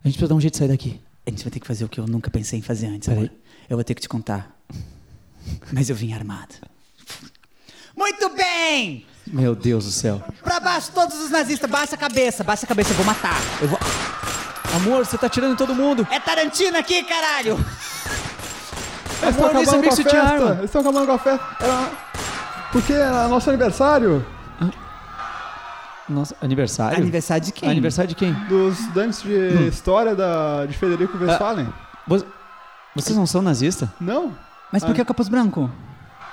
[SPEAKER 8] A gente precisa dar um jeito de sair daqui. A gente vai ter que fazer o que eu nunca pensei em fazer antes. Amor. Eu vou ter que te contar. Mas eu vim armado.
[SPEAKER 4] Muito bem!
[SPEAKER 3] Meu Deus do céu.
[SPEAKER 4] Pra baixo todos os nazistas, baixa a cabeça, baixa a cabeça, eu vou matar.
[SPEAKER 3] Amor, você tá tirando todo mundo.
[SPEAKER 4] É Tarantino aqui, caralho!
[SPEAKER 2] Eles estão
[SPEAKER 3] Amor, nem
[SPEAKER 2] acabando
[SPEAKER 3] sabia
[SPEAKER 2] com a
[SPEAKER 3] que isso tinha
[SPEAKER 2] festa.
[SPEAKER 3] arma.
[SPEAKER 2] Eles estão acabando com a festa. Era- Porque era nosso aniversário
[SPEAKER 3] Nossa, aniversário?
[SPEAKER 1] Aniversário de quem?
[SPEAKER 3] Aniversário de quem?
[SPEAKER 2] dos estudantes de história da, de Federico Westphalen.
[SPEAKER 3] Vo- Vocês não são nazistas?
[SPEAKER 2] Não,
[SPEAKER 1] Mas por que o Capuz Branco?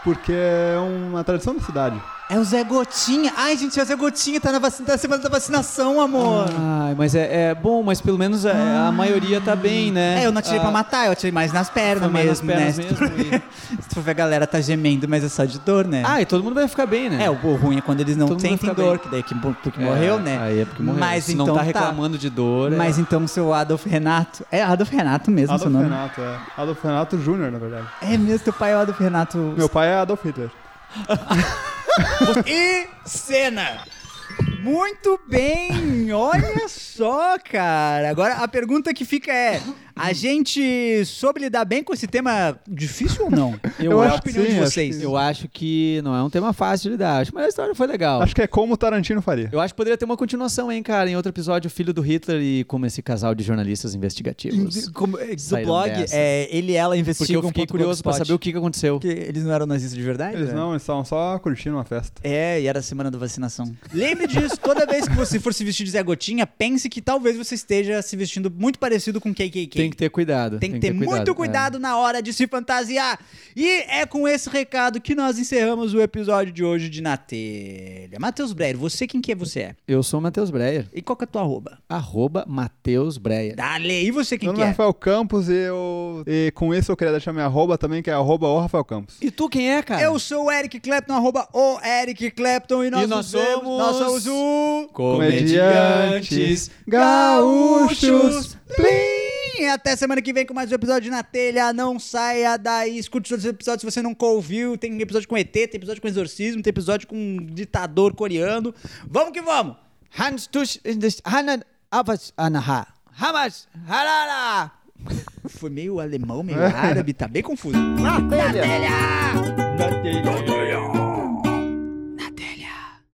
[SPEAKER 2] porque é uma tradição da cidade.
[SPEAKER 1] É o Zé Gotinha. Ai, gente, é o Zé Gotinha tá na, vacina, tá na semana da vacinação, amor.
[SPEAKER 3] Ai, mas é, é bom, mas pelo menos a, a maioria tá bem, né?
[SPEAKER 1] Ah. É, eu não atirei pra
[SPEAKER 3] Ah,
[SPEAKER 1] matar, eu atirei mais nas pernas
[SPEAKER 3] foi mais nas
[SPEAKER 1] mesmo,
[SPEAKER 3] pernas
[SPEAKER 1] né?
[SPEAKER 3] mesmo
[SPEAKER 1] (laughs)
[SPEAKER 3] e-
[SPEAKER 1] Se tu for ver, a galera tá gemendo, mas é só de dor, né?
[SPEAKER 3] Ah, e todo mundo vai ficar bem, né?
[SPEAKER 1] É, o o ruim é quando eles não
[SPEAKER 3] Todo mundo
[SPEAKER 1] sentem
[SPEAKER 3] fica
[SPEAKER 1] dor,
[SPEAKER 3] bem.
[SPEAKER 1] que daí que, porque
[SPEAKER 3] É,
[SPEAKER 1] morreu, né?
[SPEAKER 3] Aí é porque morreu.
[SPEAKER 1] Mas
[SPEAKER 3] Se
[SPEAKER 1] então
[SPEAKER 3] não tá reclamando de dor. é-
[SPEAKER 1] Mas então seu Adolf Renato. É Adolf Renato mesmo, seu
[SPEAKER 2] Adolf
[SPEAKER 1] nome.
[SPEAKER 2] Renato, é. Adolf Renato Jr., na verdade.
[SPEAKER 1] É mesmo, teu pai é o Adolf Renato.
[SPEAKER 2] Meu pai é Adolf Hitler.
[SPEAKER 4] E cena!
[SPEAKER 1] Muito bem! Olha só, cara! Agora a pergunta que fica é: a gente soube lidar bem com esse tema difícil ou não?
[SPEAKER 3] Eu
[SPEAKER 1] Qual é a
[SPEAKER 2] acho que
[SPEAKER 1] opinião
[SPEAKER 2] sim,
[SPEAKER 1] de
[SPEAKER 2] acho
[SPEAKER 1] vocês.
[SPEAKER 3] Eu acho que não é um tema fácil de lidar, acho, mas a história foi legal.
[SPEAKER 2] Acho que é como o Tarantino faria.
[SPEAKER 3] Ah, Eu acho que poderia ter uma continuação, hein, cara? Em outro episódio, o filho do Hitler e como esse casal de jornalistas investigativos.
[SPEAKER 1] Como, eh, diz o
[SPEAKER 3] Saíram
[SPEAKER 1] blog,
[SPEAKER 3] dessa.
[SPEAKER 1] é, ele e ela
[SPEAKER 3] Porque
[SPEAKER 1] investigam.
[SPEAKER 3] eu fiquei
[SPEAKER 1] ponto
[SPEAKER 3] curioso pra
[SPEAKER 1] blogspot.
[SPEAKER 3] saber o que que aconteceu.
[SPEAKER 1] Porque eles não eram nazistas de verdade?
[SPEAKER 2] Eles
[SPEAKER 1] né?
[SPEAKER 2] não, eles estavam só curtindo uma festa.
[SPEAKER 1] É, e era a semana da vacinação. Lembre disso, toda vez que você for se vestir de Zé Gotinha, pense que talvez você esteja se vestindo muito parecido com KKK.
[SPEAKER 3] Tem que ter cuidado. é.
[SPEAKER 1] Tem que ter, muito cuidado é. na hora de se fantasiar. E é com esse recado que nós encerramos o episódio de hoje de Na Telha. Matheus Breyer, você quem que é você é?
[SPEAKER 3] É. Eu sou o Matheus Breyer.
[SPEAKER 1] E qual que é a tua arroba?
[SPEAKER 3] Arroba Matheus Breyer.
[SPEAKER 1] Dale, e você quem
[SPEAKER 2] Meu
[SPEAKER 1] que
[SPEAKER 2] nome é
[SPEAKER 1] é?
[SPEAKER 2] Rafael Campos e, eu, e com isso eu queria deixar minha arroba também, que é arroba o Rafael Campos.
[SPEAKER 3] E tu quem é, cara?
[SPEAKER 1] Eu sou o Eric Clapton, arroba o Eric Clapton, e nós,
[SPEAKER 3] nós
[SPEAKER 1] nos vemos-
[SPEAKER 3] somos-
[SPEAKER 1] Nós somos o...
[SPEAKER 2] Comediantes
[SPEAKER 1] Gaúchos. Plim! Até semana que vem com mais um episódio na telha. Não saia daí. Escute todos os episódios se você nunca ouviu. Tem episódio com ET, tem episódio com exorcismo, tem episódio com um ditador coreano. Vamos que vamos!
[SPEAKER 3] Hans Tush Hanan Abbas Anaha. Hamas Harara.
[SPEAKER 1] Foi meio alemão, meio árabe, tá bem confuso.
[SPEAKER 2] Na telha!